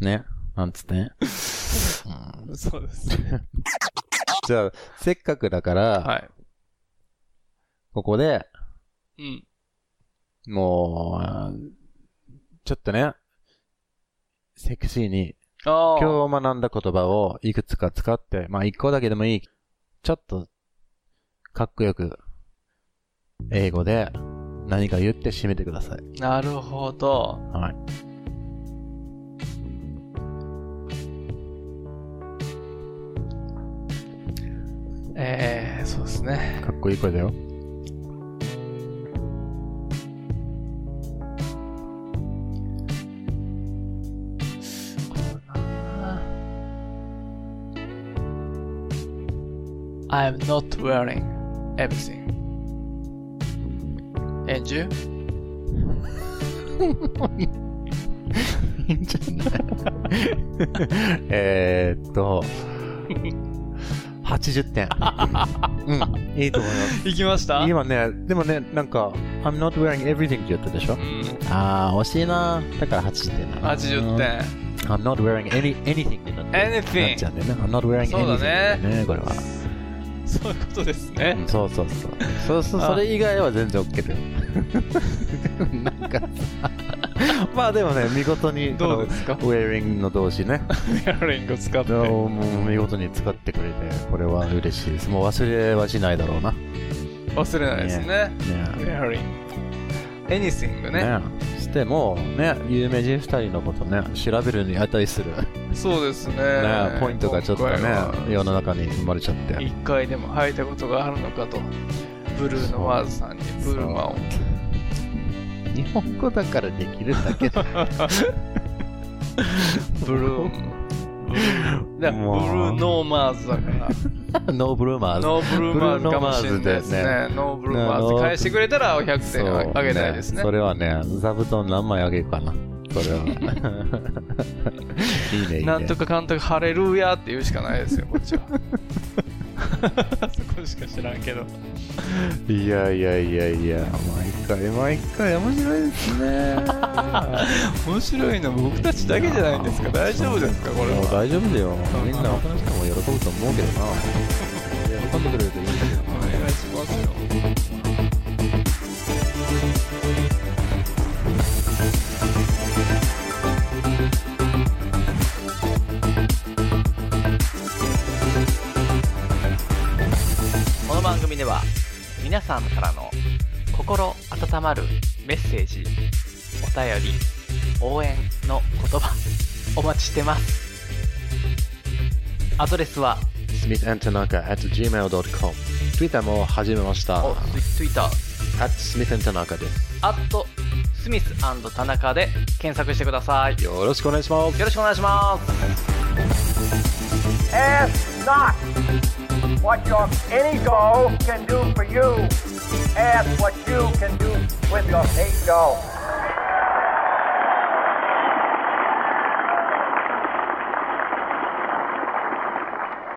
[SPEAKER 2] ね、なんつってね。うん
[SPEAKER 1] そうです。
[SPEAKER 2] じゃあ、せっかくだから、
[SPEAKER 1] は
[SPEAKER 2] ここで、
[SPEAKER 1] い。うん。
[SPEAKER 2] もうあー、ちょっとね、セクシーに、
[SPEAKER 1] ああ。
[SPEAKER 2] 今日学んだ言葉をいくつか使って、まあ一個だけでもいい。ちょっと、かっこよく、英語で何か言って締めてください。
[SPEAKER 1] なるほど。
[SPEAKER 2] はい。
[SPEAKER 1] えー、そうですね。
[SPEAKER 2] かっこいい声だ *laughs* よ。
[SPEAKER 1] I'm not wearing everything. And you?
[SPEAKER 2] いいんじゃないえーっと、80点。 *laughs* うん、いいと思います。
[SPEAKER 1] 行きました
[SPEAKER 2] 今ね、でもね、なんか、I'm not wearing everything って言ったでしょ
[SPEAKER 1] うん、
[SPEAKER 2] ああ、惜しいな。だから80点なの。
[SPEAKER 1] 80点。
[SPEAKER 2] I'm not wearing any, anything ってなって
[SPEAKER 1] Anything
[SPEAKER 2] なっちゃうんだよね。I'm not wearing anything
[SPEAKER 1] そうだね
[SPEAKER 2] よね、これは。
[SPEAKER 1] そういうことですね。
[SPEAKER 2] そうそうそう。そうそう、
[SPEAKER 1] あ
[SPEAKER 2] それ以外は全然 OK
[SPEAKER 1] *laughs*
[SPEAKER 2] だよ。なんかさ、まあでもね、見事に、
[SPEAKER 1] どうですか
[SPEAKER 2] この ?wearing の動詞ね。
[SPEAKER 1] ペアリング使って。
[SPEAKER 2] もう見事に使ってくれて、これは嬉しいです。もう忘れはしないだろうな。ね
[SPEAKER 1] 忘れないですね。ペアリング。anything ね。
[SPEAKER 2] ねしても、ね、有名人2人のことね、調べるに値する、ね
[SPEAKER 1] そうですね。
[SPEAKER 2] ポイントがちょっとね
[SPEAKER 1] 今回は、
[SPEAKER 2] 世の中に生まれちゃって。
[SPEAKER 1] 一回でも履いたことがあるのかと。ブルーのワーズさんにブルマを。
[SPEAKER 2] 日本語だからできるだけ
[SPEAKER 1] *laughs*
[SPEAKER 2] だ
[SPEAKER 1] ブルーン。だからブル
[SPEAKER 2] もう
[SPEAKER 1] ーノーマーズだ
[SPEAKER 2] *laughs*
[SPEAKER 1] から。
[SPEAKER 2] ノーブルーマーズ
[SPEAKER 1] ノーブルーマーズかもしれないです
[SPEAKER 2] ブルーノーマー
[SPEAKER 1] ね。ノーブルーマ
[SPEAKER 2] ノ
[SPEAKER 1] ー
[SPEAKER 2] ー
[SPEAKER 1] ズ返してくれたら100
[SPEAKER 2] そう
[SPEAKER 1] 点あげたいですね
[SPEAKER 2] そ。れはね座布団何枚あげるかなそ
[SPEAKER 1] *laughs*
[SPEAKER 2] れはいいねいいね
[SPEAKER 1] なんとか監督、ハレルヤって言うしかないですよ、こっちは。 *laughs* そこしか知らんけど。
[SPEAKER 2] いやいやいやいや毎回毎回面白いで
[SPEAKER 1] *laughs*
[SPEAKER 2] すね
[SPEAKER 1] 面白いの僕たちだけじゃないんですか大丈夫ですかこれ
[SPEAKER 2] もう
[SPEAKER 1] は。
[SPEAKER 2] 大丈夫だよみんな他の人も喜ぶと思うけどな喜んでくれるといいんだけど
[SPEAKER 1] お願いしますよ。
[SPEAKER 4] この番組では皆さんからの
[SPEAKER 1] 心温まるメッセージお便り応援の言葉お待ちしてますアドレスは
[SPEAKER 2] smithandtanaka at gmail.com。Twitter も始めました。
[SPEAKER 1] お
[SPEAKER 2] at
[SPEAKER 1] Twitter
[SPEAKER 2] smithandtanaka で
[SPEAKER 1] アットスミス田中で検索してください
[SPEAKER 2] す。よろしくお願いします。
[SPEAKER 1] よろしくお願いします。
[SPEAKER 6] Ask not what your any goal can do for you. Ask what you can do with your ego.